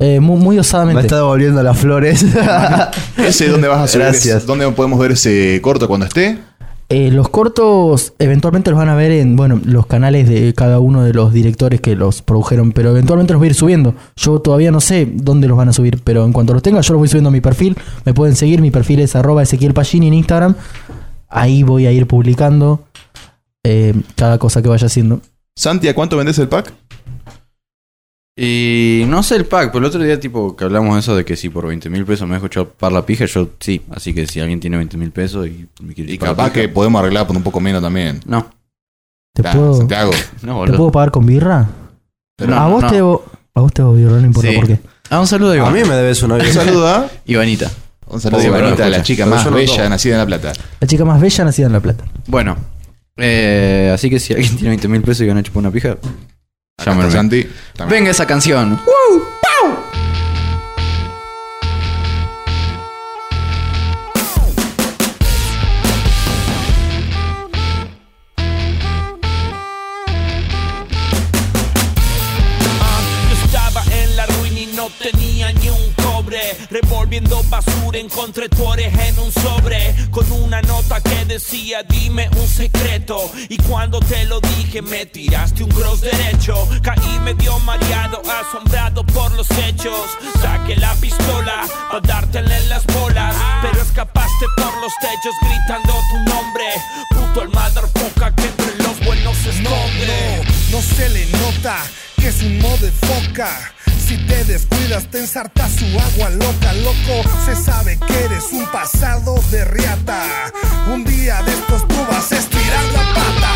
Speaker 4: Eh, muy, muy
Speaker 6: Me
Speaker 4: osadamente.
Speaker 6: está devolviendo las flores.
Speaker 3: Ese dónde vas a subir.
Speaker 6: Gracias.
Speaker 3: ¿Dónde podemos ver ese corto cuando esté?
Speaker 4: Eh, los cortos eventualmente los van a ver en, bueno, los canales de cada uno de los directores que los produjeron, pero eventualmente los voy a ir subiendo. Yo todavía no sé dónde los van a subir, pero en cuanto los tenga yo los voy subiendo a mi perfil. Me pueden seguir, mi perfil es arroba Ezequiel Pagini en Instagram. Ahí voy a ir publicando eh, cada cosa que vaya haciendo.
Speaker 3: Santi, ¿a cuánto vendés el pack?
Speaker 7: Y no sé el pack, pero el otro día, tipo, que hablamos de eso de que si por 20 mil pesos me dejo chapar la pija, yo sí. Así que si alguien tiene 20 mil pesos y me quiere
Speaker 3: Y
Speaker 7: chupar la
Speaker 3: capaz
Speaker 7: pija-
Speaker 3: que podemos arreglar por un poco menos también.
Speaker 7: No,
Speaker 4: ¿Te,
Speaker 3: Nah,
Speaker 4: puedo, ¿te
Speaker 3: Santiago.
Speaker 7: no, boludo.
Speaker 4: puedo pagar con birra?
Speaker 7: Pero
Speaker 4: a,
Speaker 7: no,
Speaker 4: vos
Speaker 7: no.
Speaker 4: Te debo, a vos te debo birra, no importa
Speaker 7: Sí.
Speaker 4: por qué.
Speaker 7: Ah, un saludo a
Speaker 6: a
Speaker 7: Iván.
Speaker 6: mí me debes una
Speaker 3: Un saludo a.
Speaker 7: Ivanita.
Speaker 3: Un saludo
Speaker 7: Sí,
Speaker 3: a
Speaker 7: bueno,
Speaker 3: Ivanita,
Speaker 7: escucha.
Speaker 3: la chica
Speaker 6: Pero
Speaker 3: más
Speaker 6: yo no
Speaker 3: bella
Speaker 6: tomo.
Speaker 3: nacida en La Plata.
Speaker 4: La chica más bella nacida en La Plata.
Speaker 7: Bueno, eh, así que si alguien tiene 20 mil pesos y gana chupar una pija,
Speaker 3: Acá está
Speaker 7: llámenme.
Speaker 3: Santi. También.
Speaker 7: Venga esa canción.
Speaker 8: Yo estaba en la ruina y no tenía ni un cobre. Revolviendo basura encontré tuores en un sobre. Con una nota que decía, dime un secreto. Y cuando te lo dije, me tiraste un cross derecho. Caí medio mareado, asombrado por los hechos. Saqué la pistola para dártela en las bolas. Pero escapaste por los techos gritando tu nombre. Puto el motherfucker que entre los buenos se esconde.
Speaker 11: No se le nota que es un motherfucker. Si te descuidas, te ensartas su agua loca, loco. Se sabe que eres un pasado de riata. Un día de estos tú vas a estirar la pata.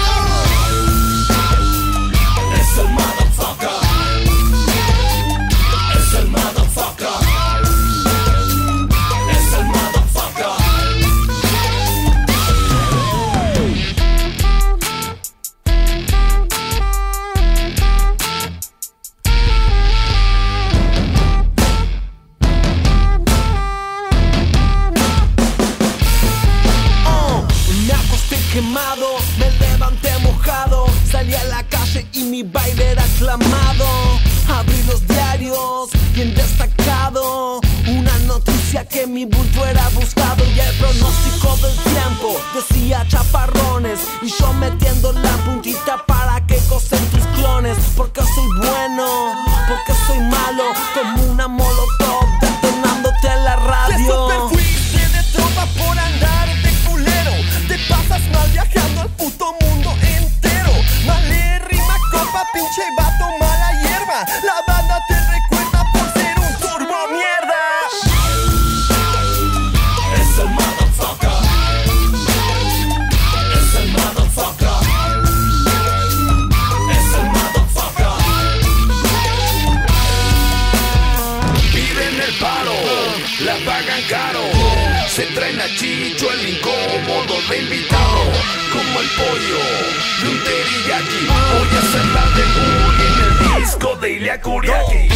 Speaker 8: Oh, me acosté quemado, me levanté mojado, salí a la calle y mi baile era aclamado. Abrí los diarios y en destacado una noticia que mi bulto era buscado y el pronóstico del tiempo decía chaparrones y yo metiendo la puntita para que cosen tus clones.
Speaker 3: razones. Porque soy bueno, porque soy malo. Como una molotov detonándote en la radio.
Speaker 11: Te superfuiste de tropa por andar de culero. Te pasas mal viajando al puto mundo entero. Malérrima copa, pinche vato, mala hierba. La banda te recuerda por ser un turbo mierda.
Speaker 3: Es el motherfucker. Es el motherfucker. Es el motherfucker. Piden el paro, la pagan caro. Se traen a Chicho el incómodo de invitado. Como el pollo de un teriyaki. Voy a hacer la de Bully en el disco de Ilya Kuriaki.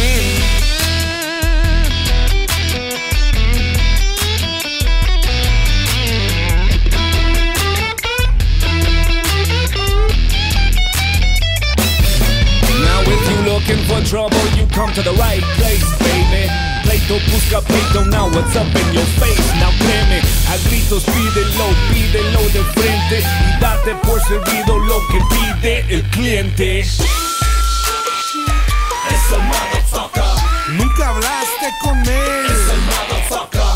Speaker 8: Now if you looking for trouble, you come to the right place, baby. Pleito busca pleito, now what's up in your face? Now créeme, a gritos pídelo, pídelo de frente y date por servido lo que pide el cliente.
Speaker 3: Es el motherfucker.
Speaker 11: Nunca hablaste con él.
Speaker 3: Es el motherfucker.